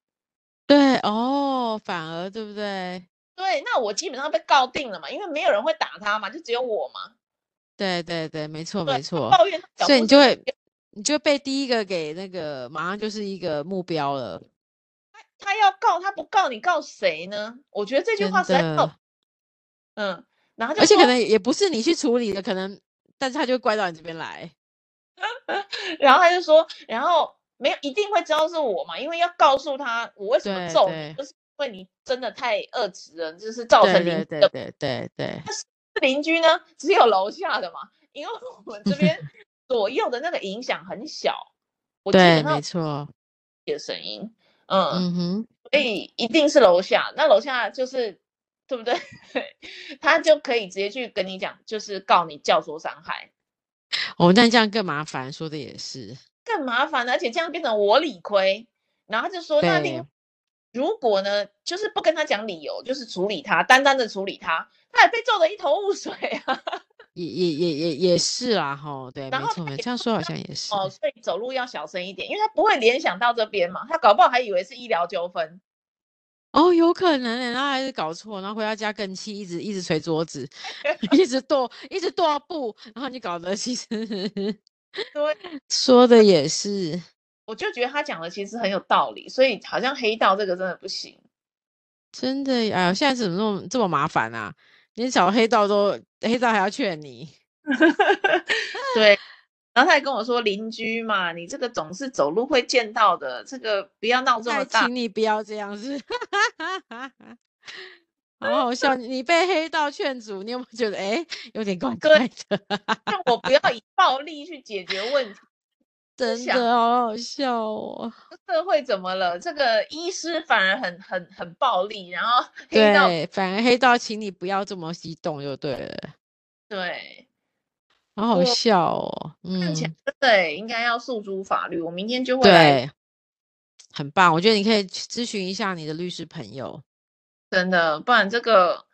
[SPEAKER 1] 对哦，反而对不对？
[SPEAKER 2] 对，那我基本上被告定了嘛，因为没有人会打他嘛，就只有我嘛，
[SPEAKER 1] 对对对，没错
[SPEAKER 2] 对，
[SPEAKER 1] 哦没
[SPEAKER 2] 他
[SPEAKER 1] 错，
[SPEAKER 2] 抱怨他脚
[SPEAKER 1] 所以
[SPEAKER 2] 步
[SPEAKER 1] 你就会你就被第一个给那个马上就是一个目标了。
[SPEAKER 2] 他要告他不告你告谁呢？我觉得这句
[SPEAKER 1] 真
[SPEAKER 2] 话实在
[SPEAKER 1] 的
[SPEAKER 2] 告，嗯，然后就
[SPEAKER 1] 而且可
[SPEAKER 2] 说
[SPEAKER 1] 能也不是你去处理的，可能，但是他就会怪到你这边来。
[SPEAKER 2] 然后他就说，然后没有一定会知道是我嘛，因为要告诉他我为什么
[SPEAKER 1] 对
[SPEAKER 2] 揍
[SPEAKER 1] 对
[SPEAKER 2] 你，就是因为你真的太恶质了，就是造
[SPEAKER 1] 对
[SPEAKER 2] 成邻
[SPEAKER 1] 对
[SPEAKER 2] 居
[SPEAKER 1] 对
[SPEAKER 2] 的
[SPEAKER 1] 对对对，
[SPEAKER 2] 邻居呢只有楼下的嘛，因为我们这
[SPEAKER 1] <laughs>
[SPEAKER 2] 边左右的那个影响很小，我基
[SPEAKER 1] 对，
[SPEAKER 2] 本上
[SPEAKER 1] 没错。
[SPEAKER 2] 的声音，嗯，
[SPEAKER 1] 嗯哼，
[SPEAKER 2] 所以一定是楼下，那楼下就是对不对？ <laughs> 他就可以直接去跟你讲，就是告你教唆伤害。
[SPEAKER 1] 哦，那这样更麻烦，说的也是。
[SPEAKER 2] 更麻烦了，而且这样变成我理亏。然后他就说，那
[SPEAKER 1] 对
[SPEAKER 2] 另如果呢，就是不跟他讲理由，就是处理他，单单的处理他，他也被揍得一头雾水啊。
[SPEAKER 1] 也也也也也是啦，吼，对，
[SPEAKER 2] 然
[SPEAKER 1] 没
[SPEAKER 2] 后
[SPEAKER 1] 错，
[SPEAKER 2] 他
[SPEAKER 1] 没
[SPEAKER 2] 也
[SPEAKER 1] 这样说好像也是，
[SPEAKER 2] 哦，所以走路要小声一点，因为他不会联想到这边嘛，他搞不好还以为是医疗纠纷。
[SPEAKER 1] 哦，有可能欸，然后还是搞错，然后回到家更气，一直一直捶桌子， <laughs> 一直跺，一直跺步，然后你搞得其实
[SPEAKER 2] 对，
[SPEAKER 1] <laughs> 说的也是，
[SPEAKER 2] 我就觉得他讲的其实很有道理，所以好像黑道这个真的不行。
[SPEAKER 1] 真的呀，哎呦现在怎么那么这么麻烦啊？连小黑道都黑道还要劝你，
[SPEAKER 2] 对，然后他还跟我说邻居嘛，你这个总是走路会见到的，这个不要闹这
[SPEAKER 1] 哎
[SPEAKER 2] 么大。 <laughs>
[SPEAKER 1] 请你不要这样子， <laughs> 好好
[SPEAKER 2] <laughs>
[SPEAKER 1] 笑。你被黑道劝阻，你有没有觉得哎、有点怪
[SPEAKER 2] 对
[SPEAKER 1] 怪的？
[SPEAKER 2] 但我不要以暴力去解决问题。
[SPEAKER 1] 真
[SPEAKER 2] 想
[SPEAKER 1] 的好好笑哦。
[SPEAKER 2] 社会怎么了？这个医师反而很很很暴力，
[SPEAKER 1] <laughs>
[SPEAKER 2] 然后黑道
[SPEAKER 1] 对，反而黑道请你不要这么激动就对了，
[SPEAKER 2] 对，
[SPEAKER 1] 好好
[SPEAKER 2] 我
[SPEAKER 1] 笑哦。
[SPEAKER 2] 看起来
[SPEAKER 1] 嗯，
[SPEAKER 2] 真的欸耶应该要诉诸法律。我明天就会来，
[SPEAKER 1] 对，很棒。我觉得你可以去咨询一下你的律师朋友。
[SPEAKER 2] 真的，不然这个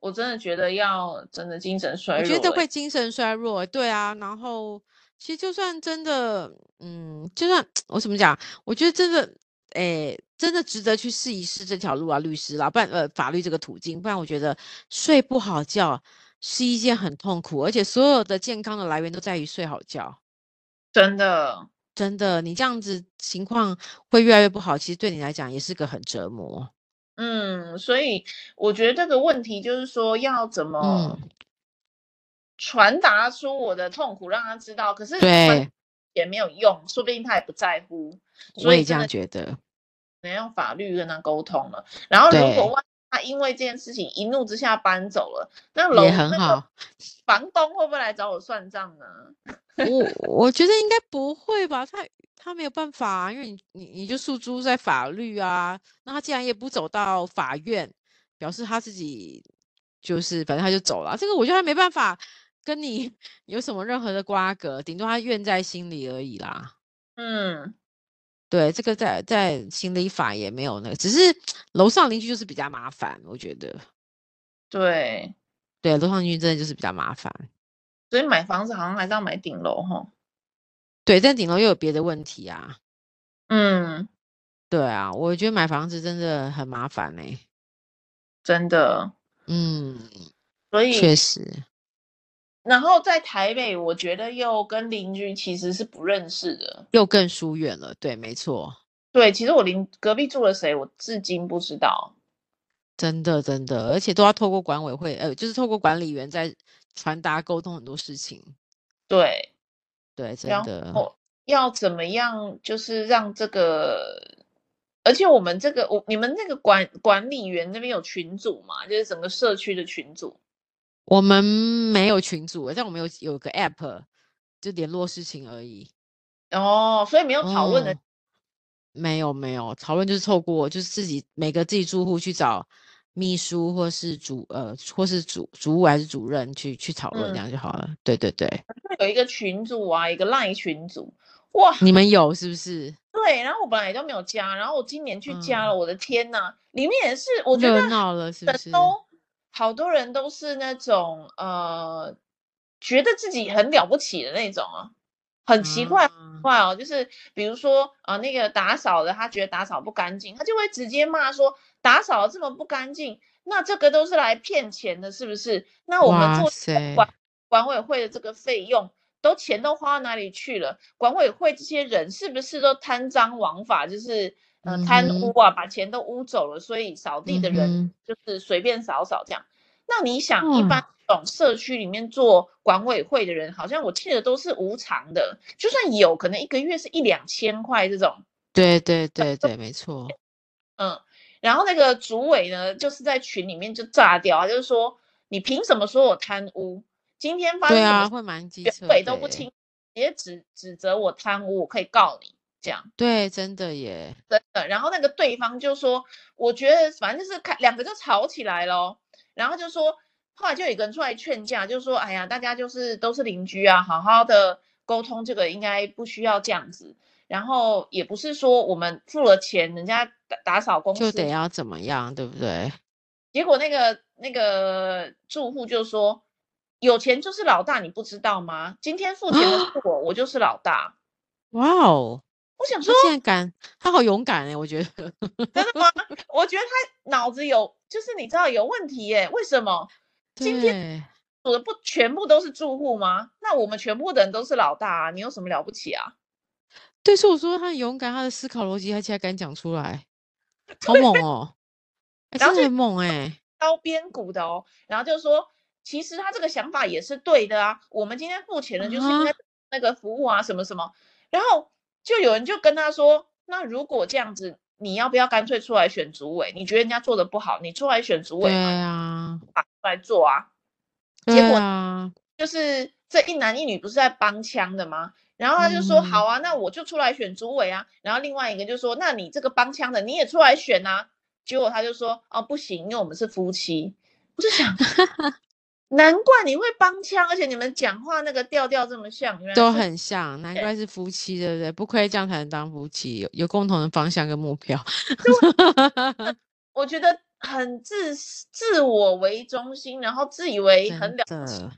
[SPEAKER 2] 我真的觉得要真的精神衰
[SPEAKER 1] 我
[SPEAKER 2] 弱欸耶。
[SPEAKER 1] 觉得会精神衰弱，对啊。然后其实就算真的，嗯，就算我怎么讲，我觉得真的，诶，真的值得去试一试这条路啊，律师啦，不然呃，法律这个途径，不然我觉得睡不好觉是一件很痛苦，而且所有的健康的来源都在于睡好觉。
[SPEAKER 2] 真的，
[SPEAKER 1] 真的，你这样子情况会越来越不好，其实对你来讲也是个很折磨。
[SPEAKER 2] 嗯，所以我觉得这个问题就是说要怎么
[SPEAKER 1] 嗯，
[SPEAKER 2] 传达出我的痛苦，让他知道。可是
[SPEAKER 1] 对，
[SPEAKER 2] 也没有用，说不定他也不在乎，所
[SPEAKER 1] 我也
[SPEAKER 2] 以
[SPEAKER 1] 这
[SPEAKER 2] 真
[SPEAKER 1] 样
[SPEAKER 2] 的
[SPEAKER 1] 觉得。
[SPEAKER 2] 只能用法律跟他沟通了。然后如
[SPEAKER 1] 对
[SPEAKER 2] 果万一他因为这件事情一怒之下搬走了，那楼
[SPEAKER 1] 也很
[SPEAKER 2] 那个
[SPEAKER 1] 好，
[SPEAKER 2] 房东会不会来找我算账呢？
[SPEAKER 1] 我我觉得应该不会吧，他他没有办法啊、因为你你你就诉诸在法律啊，那他既然也不走到法院，表示他自己就是反正他就走了，这个我觉得他没办法跟你 <laughs> 有什么任何的瓜葛，顶多他怨在心里而已啦。
[SPEAKER 2] 嗯，
[SPEAKER 1] 对，这个在在行理法也没有那个，只是楼上邻居就是比较麻烦，我觉得。
[SPEAKER 2] 对，
[SPEAKER 1] 对，楼上邻居真的就是比较麻烦。
[SPEAKER 2] 所以买房子好像还是要买顶楼哈。
[SPEAKER 1] 对，但顶楼又有别的问题啊。
[SPEAKER 2] 嗯，
[SPEAKER 1] 对啊，我觉得买房子真的很麻烦呢、欸
[SPEAKER 2] 真的，
[SPEAKER 1] 嗯，
[SPEAKER 2] 所
[SPEAKER 1] 确
[SPEAKER 2] 以
[SPEAKER 1] 实。
[SPEAKER 2] 然后在台北，我觉得又跟邻居其实是不认识的。
[SPEAKER 1] 又更疏远了。对，没错，
[SPEAKER 2] 对，其实我邻隔壁住了谁，我至今不知道。
[SPEAKER 1] 真的真的，而且都要透过管委会，呃，就是透过管理员在传达沟通很多事情。
[SPEAKER 2] 对，
[SPEAKER 1] 对，真
[SPEAKER 2] 然
[SPEAKER 1] 的，
[SPEAKER 2] 后要怎么样，就是让这个，而且我们这个，我你们那个管管理员那边有群组嘛，就是整个社区的群组。
[SPEAKER 1] 我们没有群组，但我们有有个 app，就联络事情而已。
[SPEAKER 2] 哦，所以没有讨论的
[SPEAKER 1] 嗯，没有没有，讨论就是透过就是自己每个自己住户去找秘书或是主呃或是主主务还是主任去去讨论，这
[SPEAKER 2] 嗯
[SPEAKER 1] 样就好了。对对对，
[SPEAKER 2] 有一个群组啊，一个赖群组，哇，
[SPEAKER 1] 你们有是不是？
[SPEAKER 2] 对，然后我本来都没有加，然后我今年去加了，
[SPEAKER 1] 嗯
[SPEAKER 2] 我的天呐，里面也是，我觉
[SPEAKER 1] 热
[SPEAKER 2] 得
[SPEAKER 1] 闹了是不
[SPEAKER 2] 人
[SPEAKER 1] 是？
[SPEAKER 2] 都好多人都是那种呃，觉得自己很了不起的那种啊，很奇怪
[SPEAKER 1] 啊，
[SPEAKER 2] 怪哦，就是比如说啊、呃那个打扫的他觉得打扫不干净，他就会直接骂说打扫得这么不干净，那这个都是来骗钱的，是不是？那我们
[SPEAKER 1] 哇
[SPEAKER 2] 做
[SPEAKER 1] 塞！
[SPEAKER 2] 管管委会的这个费用。都钱都花到哪里去了？管委会这些人是不是都贪赃枉法，就是呃
[SPEAKER 1] 嗯
[SPEAKER 2] 贪污
[SPEAKER 1] 哼，
[SPEAKER 2] 啊，把钱都污走了，所以扫地
[SPEAKER 1] 嗯
[SPEAKER 2] 的人
[SPEAKER 1] 哼，
[SPEAKER 2] 就是随便扫扫这样。那你想，一般
[SPEAKER 1] 哇，
[SPEAKER 2] 这种社区里面做管委会的人，好像我记得都是无偿的，就算有可能一个月是一两千块这种，
[SPEAKER 1] 对对对对，没错，
[SPEAKER 2] 嗯，然后那个主委呢，就是在群里面就炸掉啊，就是说你凭什么说我贪污？今天发
[SPEAKER 1] 对
[SPEAKER 2] 生什么
[SPEAKER 1] 啊，
[SPEAKER 2] 事，
[SPEAKER 1] 会蛮机
[SPEAKER 2] 原
[SPEAKER 1] 车
[SPEAKER 2] 委
[SPEAKER 1] 的
[SPEAKER 2] 都不
[SPEAKER 1] 欸，
[SPEAKER 2] 清，直接指指责我贪污，我可以告你这样。
[SPEAKER 1] 对，真的耶，
[SPEAKER 2] 真的。然后那个对方就说，我觉得反正就是看两个就吵起来咯，然后就说，后来就有一个人出来劝架，就说，哎呀，大家就是都是邻居啊，好好的沟通，这个应该不需要这样子。然后也不是说我们付了钱，人家打打扫公
[SPEAKER 1] 就
[SPEAKER 2] 司
[SPEAKER 1] 得要怎么样，对不对？
[SPEAKER 2] 结果那个那个住户就说：“有钱就是老大，你不知道吗？今天付钱的是
[SPEAKER 1] 啊，
[SPEAKER 2] 我，我就是老大。”
[SPEAKER 1] 哇哦，
[SPEAKER 2] 我想说，
[SPEAKER 1] 他竟然敢，他好勇敢哎，我觉得，
[SPEAKER 2] 真的吗？我觉得他脑子有，就是你知道有问题耶？为什么今天
[SPEAKER 1] 对，
[SPEAKER 2] 住的不全部都是住户吗？那我们全部的人都是老大啊，你有什么了不起啊？
[SPEAKER 1] 对，所以我说他很勇敢，他的思考逻辑，他竟然敢讲出来，好猛
[SPEAKER 2] <laughs>
[SPEAKER 1] 哦，哎，
[SPEAKER 2] 然后
[SPEAKER 1] 真
[SPEAKER 2] 就
[SPEAKER 1] 的很猛哎，
[SPEAKER 2] 刀边鼓的哦，然后就说，其实他这个想法也是对的啊，我们今天付钱的就是应
[SPEAKER 1] 啊，
[SPEAKER 2] 该那个服务啊，什么什么，然后就有人就跟他说，那如果这样子，你要不要干脆出来选主委？你觉得人家做的不好，你出来选主
[SPEAKER 1] 对
[SPEAKER 2] 委嘛，
[SPEAKER 1] 啊，
[SPEAKER 2] 出来做啊。结
[SPEAKER 1] 对
[SPEAKER 2] 果
[SPEAKER 1] 啊，
[SPEAKER 2] 就是这一男一女不是在帮腔的吗？然后他就说好
[SPEAKER 1] 嗯，
[SPEAKER 2] 啊，那我就出来选主委啊。然后另外一个就说，那你这个帮腔的你也出来选啊。结果他就说哦不行，因为我们是夫妻。我就
[SPEAKER 1] <laughs>
[SPEAKER 2] 想，难怪你会帮腔，而且你们讲话那个调调这么像，原来
[SPEAKER 1] 都
[SPEAKER 2] 是
[SPEAKER 1] 很像，难怪是夫妻，对不对？不亏这样才能当夫妻，有有共同的方向跟目标。
[SPEAKER 2] 我觉得很自私自我为中心，然后自以为
[SPEAKER 1] 真
[SPEAKER 2] 很了不起。
[SPEAKER 1] 的，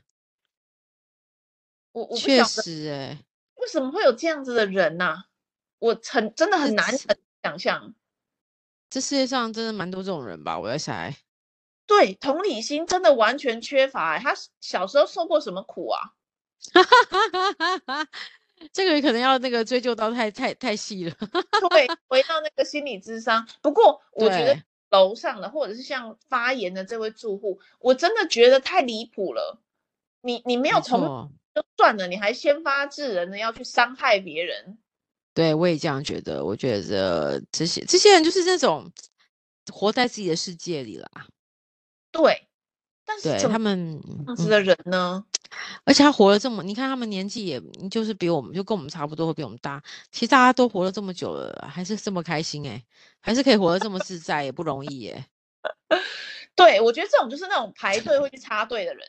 [SPEAKER 2] 我我不
[SPEAKER 1] 确
[SPEAKER 2] 晓得
[SPEAKER 1] 实、欸，
[SPEAKER 2] 为什么会有这样子的人呐、我很真的
[SPEAKER 1] 这
[SPEAKER 2] 很难
[SPEAKER 1] 世
[SPEAKER 2] 很想象。
[SPEAKER 1] 这世界上真的蛮多这种人吧？我在猜， <laughs>
[SPEAKER 2] 对，同理心真的完 <laughs> 全缺乏欸、他小时候受过什么苦啊？
[SPEAKER 1] 这个可能要那个追究到太太太细了。 <laughs>
[SPEAKER 2] 对，回到那个心理智商。不过我觉得
[SPEAKER 1] 对
[SPEAKER 2] 楼上的或者是像发言的这位住户，我真的觉得太离谱了。你你没有同
[SPEAKER 1] 错，
[SPEAKER 2] 就算了，你还先发制人的要去伤害别人，
[SPEAKER 1] 对我也这样觉得。我觉得这些这些人就是那种活在自己的世界里啦。
[SPEAKER 2] 对。但是
[SPEAKER 1] 对
[SPEAKER 2] 怎
[SPEAKER 1] 他
[SPEAKER 2] 么
[SPEAKER 1] 们，
[SPEAKER 2] 这样
[SPEAKER 1] 嗯
[SPEAKER 2] 子的人呢？
[SPEAKER 1] 而且他活了这么，你看他们年纪也就是比我们就跟我们差不多，会比我们大。其实大家都活了这么久了，还是这么开心哎、还是可以活得这么自在，也不容易耶、
[SPEAKER 2] 对我觉得这种就是那种排队会去插队
[SPEAKER 1] <laughs>
[SPEAKER 2] 的人，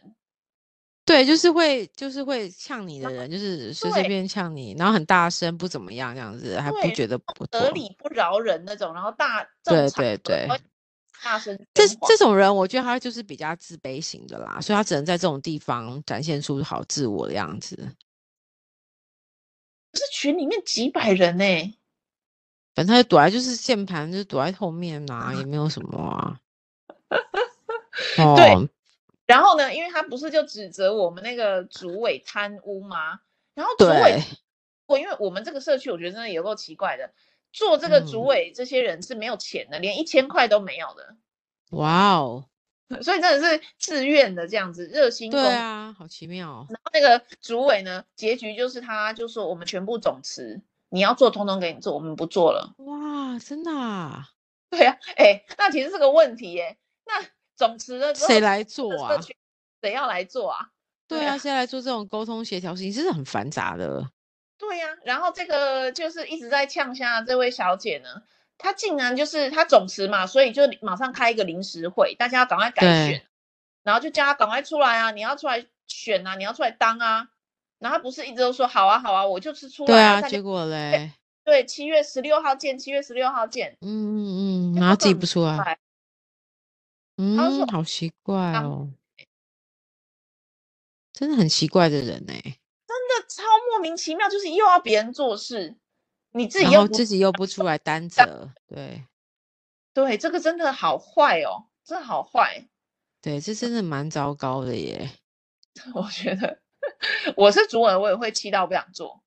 [SPEAKER 1] 对，就是会就是会呛你的人，就是随随
[SPEAKER 2] 对
[SPEAKER 1] 便呛你，然后很大声，不怎么样这样子，还不
[SPEAKER 2] 对
[SPEAKER 1] 觉得不
[SPEAKER 2] 得
[SPEAKER 1] 妥。
[SPEAKER 2] 理不饶人那种，然后大
[SPEAKER 1] 对
[SPEAKER 2] 这种场
[SPEAKER 1] 对
[SPEAKER 2] 合
[SPEAKER 1] 对
[SPEAKER 2] 会大声
[SPEAKER 1] 这
[SPEAKER 2] 喧哗
[SPEAKER 1] 这种人，我觉得他就是比较自卑型的啦，所以他只能在这种地方展现出好自我的样子。
[SPEAKER 2] 可是群里面几百人呢、
[SPEAKER 1] 反正他就躲在就是键盘，就躲在后面啊，也没有什么
[SPEAKER 2] <laughs>
[SPEAKER 1] 啊。
[SPEAKER 2] 对
[SPEAKER 1] 哦，
[SPEAKER 2] 然后呢，因为他不是就指责我们那个主委贪污吗？然后主委
[SPEAKER 1] 对，
[SPEAKER 2] 我因为我们这个社区，我觉得真的有够奇怪的，做这个主
[SPEAKER 1] 嗯
[SPEAKER 2] 委这些人是没有钱的，连一千块都没有的， <laughs>
[SPEAKER 1] 哇哦，
[SPEAKER 2] 所以真的是自愿的这样子，热心公
[SPEAKER 1] 对
[SPEAKER 2] 益。
[SPEAKER 1] 啊，好奇妙哦。
[SPEAKER 2] 然后那个主委呢，结局就是他就说我们全部总辞，你要做通通给你做，我们不做了。
[SPEAKER 1] 哇，真的、啊？
[SPEAKER 2] 对啊，哎，那其实是个问题耶、那总辞了之后，
[SPEAKER 1] 谁来
[SPEAKER 2] 这
[SPEAKER 1] 做
[SPEAKER 2] 社
[SPEAKER 1] 啊？
[SPEAKER 2] 区谁要来做啊？
[SPEAKER 1] 对
[SPEAKER 2] 对
[SPEAKER 1] 啊，
[SPEAKER 2] 啊
[SPEAKER 1] 谁来做这种沟通协调事情，真的很繁杂的。
[SPEAKER 2] 对呀、然后这个就是一直在呛下这位小姐呢，她竟然就是她总辞嘛，所以就马上开一个临时会，大家要赶快改
[SPEAKER 1] 对
[SPEAKER 2] 选，然后就叫她赶快出来啊，你要出来选啊，你要出来当啊。然后她不是一直都说好啊好啊，我就是出
[SPEAKER 1] 对
[SPEAKER 2] 来啊，
[SPEAKER 1] 啊，
[SPEAKER 2] 大家
[SPEAKER 1] 结果嘞，
[SPEAKER 2] 对七月十六号见，七月十六号见。
[SPEAKER 1] 嗯嗯嗯，
[SPEAKER 2] 结
[SPEAKER 1] 然后
[SPEAKER 2] 果哎
[SPEAKER 1] 自己
[SPEAKER 2] 根
[SPEAKER 1] 不出来，
[SPEAKER 2] 来他说
[SPEAKER 1] 嗯，好奇怪
[SPEAKER 2] 当
[SPEAKER 1] 哦，真的很奇怪的人哎、
[SPEAKER 2] 真的超莫名其妙，就是又要别人做事，你自己
[SPEAKER 1] 然
[SPEAKER 2] 又
[SPEAKER 1] 后
[SPEAKER 2] 不
[SPEAKER 1] 自己又不出来担责，对
[SPEAKER 2] 对，这个真的好坏哦，真的好坏。
[SPEAKER 1] 对，这
[SPEAKER 2] 啊
[SPEAKER 1] 真的蛮糟糕的耶。
[SPEAKER 2] 我觉得我是主管，我也会气到不想做。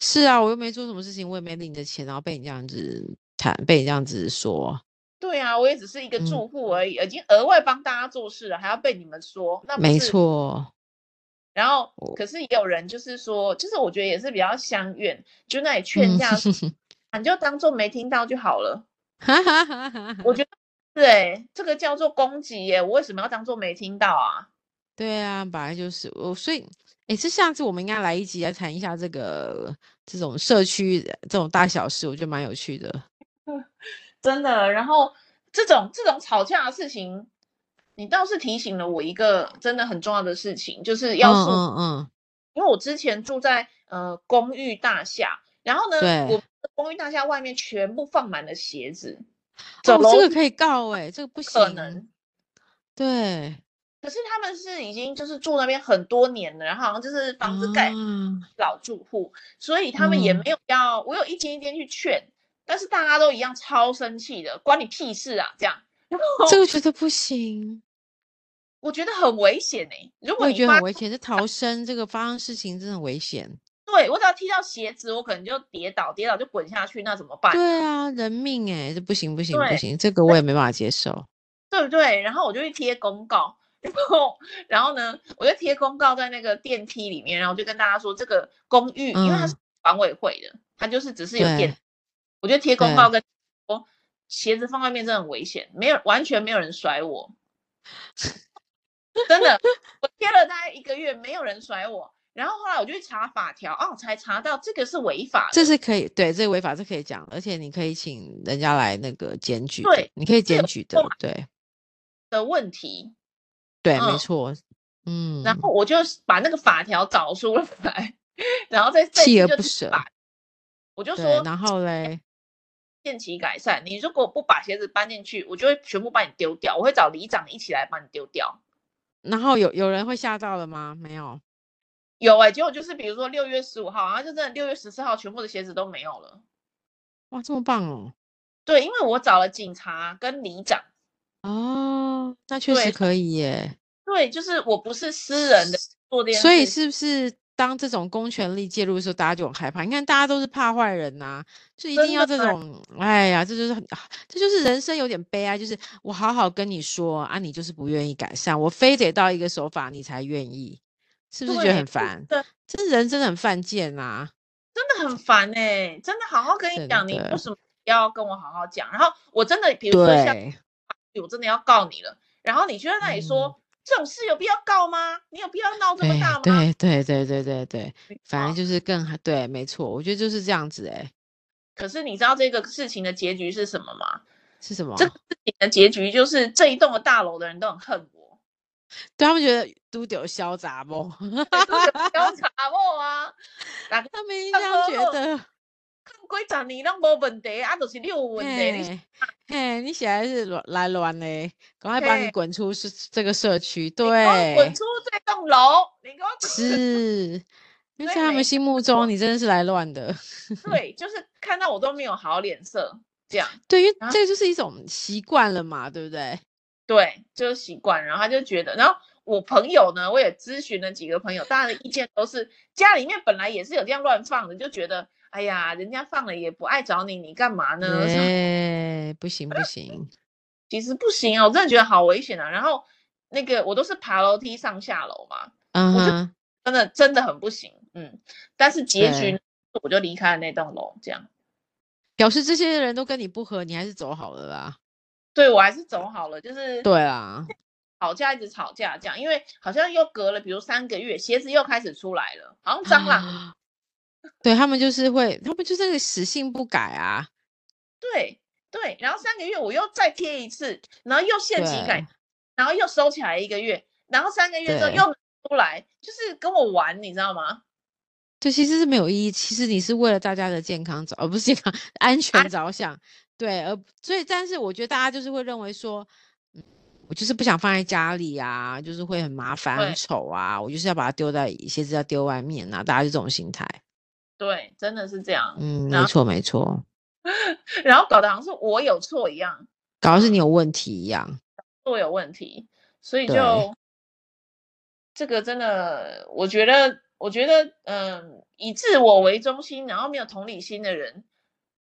[SPEAKER 1] 是啊，我又没做什么事情，我也没领着钱，然后被你这样子谈，被你这样子说，
[SPEAKER 2] 对啊，我也只是一个
[SPEAKER 1] 嗯
[SPEAKER 2] 住户而已，已经额外帮大家做事了，还要被你们说，那不
[SPEAKER 1] 没
[SPEAKER 2] 是。
[SPEAKER 1] 错， <laughs>
[SPEAKER 2] 然后
[SPEAKER 1] 我，
[SPEAKER 2] 可是也有人就是说，就是我觉得也是比较相怨，就那里劝
[SPEAKER 1] 嗯，
[SPEAKER 2] 架，
[SPEAKER 1] <laughs>
[SPEAKER 2] 啊你就当做没听到就好了。
[SPEAKER 1] 哈哈哈哈哈
[SPEAKER 2] 我觉得是欸，这个叫做攻击耶，我为什么要当做没听到啊？
[SPEAKER 1] 对啊，本来就是我，所以，诶，这下次我们应该来一集来谈一下这个这种社区的这种大小事，我觉得蛮有趣的。
[SPEAKER 2] 真的。然后这种这种吵架的事情，你倒是提醒了我一个真的很重要的事情，就是要
[SPEAKER 1] 嗯
[SPEAKER 2] 素
[SPEAKER 1] 嗯嗯，
[SPEAKER 2] 因为我之前住在呃公寓大厦，然后呢，
[SPEAKER 1] 对
[SPEAKER 2] 我们的公寓大厦外面全部放满了鞋子，走
[SPEAKER 1] 哦，这
[SPEAKER 2] 楼
[SPEAKER 1] 个
[SPEAKER 2] 梯
[SPEAKER 1] 可以告诶，这个不
[SPEAKER 2] 可
[SPEAKER 1] 行。
[SPEAKER 2] 能。
[SPEAKER 1] 对，
[SPEAKER 2] 可是他们是已经就是住那边很多年了，然后好像就是房子 <laughs> 盖哦
[SPEAKER 1] 啊，
[SPEAKER 2] 老住户，所以他们也
[SPEAKER 1] 嗯
[SPEAKER 2] 没有要。我有一间一间去劝，但是大家都一样超生气的，关你屁事啊！这样，然后
[SPEAKER 1] 这个觉得不行，
[SPEAKER 2] 我觉得很危险哎、如果
[SPEAKER 1] 我也
[SPEAKER 2] 你
[SPEAKER 1] 觉得
[SPEAKER 2] 发
[SPEAKER 1] 很危险。这逃生这个发生事情真的很危险。
[SPEAKER 2] 对我只要踢到鞋子，我可能就跌倒，跌倒就滚下去，那怎么办？
[SPEAKER 1] 对啊，人命诶，这不行不行不
[SPEAKER 2] 对
[SPEAKER 1] 行，这个我也没办法接受。
[SPEAKER 2] 对不对？然后我就去贴公告，然后然后呢，我就贴公告在那个电梯里面，然后就跟大家说这个公寓，因为它是
[SPEAKER 1] 嗯
[SPEAKER 2] 管委会的，它就是只是有
[SPEAKER 1] 对
[SPEAKER 2] 电，我就贴公告跟说鞋子放外面真的很危险，没有完全没有人甩我，真的，我贴了大概一个月，没有人甩我。然后后来我就去查法条，哦，才查到这个是违法的
[SPEAKER 1] 这。是可以，对，这个违法是可以讲的，而且你可以请人家来那个检举的，
[SPEAKER 2] 对
[SPEAKER 1] 你可以检
[SPEAKER 2] 有
[SPEAKER 1] 举的
[SPEAKER 2] 错嘛，
[SPEAKER 1] 对
[SPEAKER 2] 的问题，
[SPEAKER 1] 对，没
[SPEAKER 2] 嗯
[SPEAKER 1] 错，嗯，
[SPEAKER 2] 然后我就把那个法条找出来， <laughs> 然后再
[SPEAKER 1] 锲
[SPEAKER 2] 再去
[SPEAKER 1] 而
[SPEAKER 2] 就
[SPEAKER 1] 不
[SPEAKER 2] 去
[SPEAKER 1] 舍
[SPEAKER 2] 把我就
[SPEAKER 1] 对，
[SPEAKER 2] 说
[SPEAKER 1] 然
[SPEAKER 2] <laughs>
[SPEAKER 1] 后嘞，
[SPEAKER 2] 限期改善，你如果不把鞋子搬进去，我就会全部把你丢掉，我会找里长一起来把你丢掉。
[SPEAKER 1] 然后有有人会吓到了吗？没有，
[SPEAKER 2] 有哎、结果就是比如说六月十五号，然后就真的六月十四号全部的鞋子都没有了。
[SPEAKER 1] 哇，这么棒哦，
[SPEAKER 2] 对，因为我找了警察跟里长，
[SPEAKER 1] 哦，那确
[SPEAKER 2] 对
[SPEAKER 1] 实
[SPEAKER 2] 所
[SPEAKER 1] 可以耶，
[SPEAKER 2] 对，就是我不是私人的做这件事，
[SPEAKER 1] 所以是不是当这种公权力介入的时候，大家就很害怕。你看，大家都是怕坏人呐、就一定
[SPEAKER 2] 真
[SPEAKER 1] 要
[SPEAKER 2] 的
[SPEAKER 1] 这
[SPEAKER 2] 哎
[SPEAKER 1] 种。哎呀，这就是很，啊这就是人生有点悲哀。就是我好好跟你说啊，你就是不愿意改善，我非得到一个手法你才愿意，是不是觉得
[SPEAKER 2] 对
[SPEAKER 1] 很烦？
[SPEAKER 2] 对，
[SPEAKER 1] 这人真的很犯贱啊！
[SPEAKER 2] 真的很烦哎、真的好好跟你
[SPEAKER 1] 真
[SPEAKER 2] 讲，你
[SPEAKER 1] 的
[SPEAKER 2] 为什么不要跟我好好讲？然后我真的，比如说像
[SPEAKER 1] 对，
[SPEAKER 2] 我真的要告你了，然后你就在那里说、
[SPEAKER 1] 嗯
[SPEAKER 2] 这种事有必要告吗？你有必要闹这么
[SPEAKER 1] 对
[SPEAKER 2] 大，吗？
[SPEAKER 1] 哎
[SPEAKER 2] 哦
[SPEAKER 1] 对，对，对，对，对，对，
[SPEAKER 2] 没
[SPEAKER 1] 反正
[SPEAKER 2] 错
[SPEAKER 1] 就是更对，没错，我觉得就是这样子、欸。哎，
[SPEAKER 2] 可是你知道这个事情的结局是什么吗？
[SPEAKER 1] 是什么？啊
[SPEAKER 2] 这个事情的结局就是这一栋的大楼的人都很恨我， <laughs>
[SPEAKER 1] 对他们觉得都丢潇洒不？
[SPEAKER 2] 对都是不要查我啊！那个
[SPEAKER 1] 他们应
[SPEAKER 2] 那
[SPEAKER 1] 该
[SPEAKER 2] 么
[SPEAKER 1] 觉
[SPEAKER 2] 好
[SPEAKER 1] 得，
[SPEAKER 2] 看规则你拢无问题，啊，就是你有问题，你
[SPEAKER 1] 嘿，嘿，你现在是乱来乱嘞，赶快把你
[SPEAKER 2] 嘿
[SPEAKER 1] 滚出是这个社区，
[SPEAKER 2] 你给我滚
[SPEAKER 1] 对，
[SPEAKER 2] 出这栋楼，你给我滚
[SPEAKER 1] 是，因为
[SPEAKER 2] 所以
[SPEAKER 1] 在他
[SPEAKER 2] 每
[SPEAKER 1] 们心目
[SPEAKER 2] 我
[SPEAKER 1] 中你真的是来乱的，
[SPEAKER 2] 对，就是看到我都没有好脸色，这样
[SPEAKER 1] 对，因为
[SPEAKER 2] 啊
[SPEAKER 1] 这就是一种习惯了嘛，对不对？
[SPEAKER 2] 对，就是习惯。然后他就觉得，然后我朋友呢，我也咨询了几个朋友，大家的意见都是家里面本来也是有这样乱放的，就觉得哎呀，人家放了也不爱找你，你干嘛呢？什么
[SPEAKER 1] 哎，不行不行，
[SPEAKER 2] 其实不行啊，我真的觉得好危险啊。然后那个我都是爬楼梯上下楼嘛，
[SPEAKER 1] 嗯
[SPEAKER 2] 我就
[SPEAKER 1] 哼，
[SPEAKER 2] 真的真的很不行，嗯。但是结
[SPEAKER 1] 对
[SPEAKER 2] 局呢我就离开了那栋楼，这样。
[SPEAKER 1] 表示这些人都跟你不合，你还是走好了
[SPEAKER 2] <laughs>
[SPEAKER 1] 啦，
[SPEAKER 2] 对我还是走好了，就是
[SPEAKER 1] 对啊啦，
[SPEAKER 2] <laughs> 吵架，一直吵架这样，因为好像又隔了，比如三个月，鞋子又开始出来了，好像蟑
[SPEAKER 1] 啊
[SPEAKER 2] 螂。
[SPEAKER 1] 对他们就是会，他们就是那个死性不改啊，
[SPEAKER 2] 对对，然后三个月我又再贴一次，然后又限期
[SPEAKER 1] 对
[SPEAKER 2] 改，然后又收起来一个月，然后三个月之后
[SPEAKER 1] 对
[SPEAKER 2] 又拿出来，就是跟我玩，你知道吗？
[SPEAKER 1] 对，其实是没有意义。其实你是为了大家的健康着，呃而、不是健康安全着想，对，而所以，但是我觉得大家就是会认为说，嗯，我就是不想放在家里啊，就是会很麻烦、很
[SPEAKER 2] 对
[SPEAKER 1] 丑啊，我就是要把它丢在鞋子要丢外面啊，大家就这种心态。
[SPEAKER 2] 对，真的是这样。
[SPEAKER 1] 嗯，没
[SPEAKER 2] 然后
[SPEAKER 1] 错没错，
[SPEAKER 2] 然后搞得好像是我有错一样，
[SPEAKER 1] 搞得是你有问题一样。
[SPEAKER 2] 我有问题，所以
[SPEAKER 1] 对
[SPEAKER 2] 就这个真的，我觉得，我觉得，嗯，以自我为中心，然后没有同理心的人，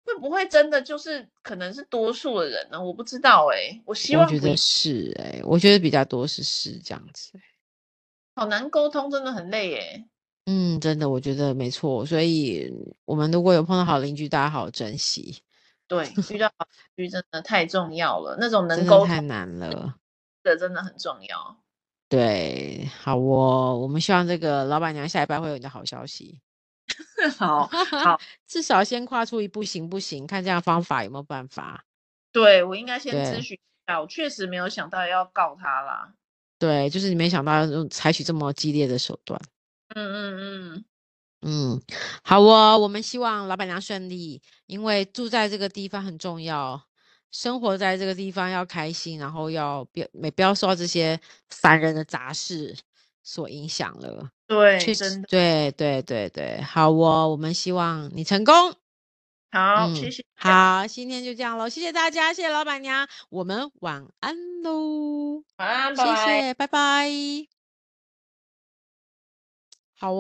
[SPEAKER 2] 会不会真的就是可能是多数的人呢？我不知道哎、我希
[SPEAKER 1] 我
[SPEAKER 2] 望
[SPEAKER 1] 觉
[SPEAKER 2] 不
[SPEAKER 1] 得
[SPEAKER 2] 要
[SPEAKER 1] 是哎、我觉得比较多是是这样子欸。
[SPEAKER 2] 好难沟通，真的很累哎、
[SPEAKER 1] 嗯，真的，我觉得没错。所以我们如果有碰到
[SPEAKER 2] 嗯
[SPEAKER 1] 好邻居，大家好好珍惜，
[SPEAKER 2] 对，遇到好邻居真的太重要了，那种能
[SPEAKER 1] 真的
[SPEAKER 2] 沟
[SPEAKER 1] 太
[SPEAKER 2] 通
[SPEAKER 1] 难了。
[SPEAKER 2] 的真的很重要。
[SPEAKER 1] 对，好哦，我们希望这个老板娘下一拜会有你的好消息， <laughs>
[SPEAKER 2] 好，好，
[SPEAKER 1] 至少先跨出一步行不行？看这样方法有没有办法？
[SPEAKER 2] 对我应该先咨
[SPEAKER 1] 对
[SPEAKER 2] 询一下，我确实没有想到要告他啦。
[SPEAKER 1] 对，就是你没想到用采取这么激烈的手段。
[SPEAKER 2] 嗯嗯嗯，
[SPEAKER 1] 嗯，好哦，我们希望老板娘顺利，因为住在这个地方很重要，生活在这个地方要开心，然后要不要没不要受到这些烦人的杂事所影响了。
[SPEAKER 2] 对，
[SPEAKER 1] 确
[SPEAKER 2] 真
[SPEAKER 1] 实，
[SPEAKER 2] 的。
[SPEAKER 1] 对对对对，好哦，我们希望你成功。
[SPEAKER 2] 好，谢
[SPEAKER 1] 嗯，
[SPEAKER 2] 谢。
[SPEAKER 1] 好，今天就这样喽，谢谢大家，谢谢老板娘，我们晚安喽，
[SPEAKER 2] 晚安，拜
[SPEAKER 1] 谢
[SPEAKER 2] 拜。
[SPEAKER 1] 谢，拜拜。好哦。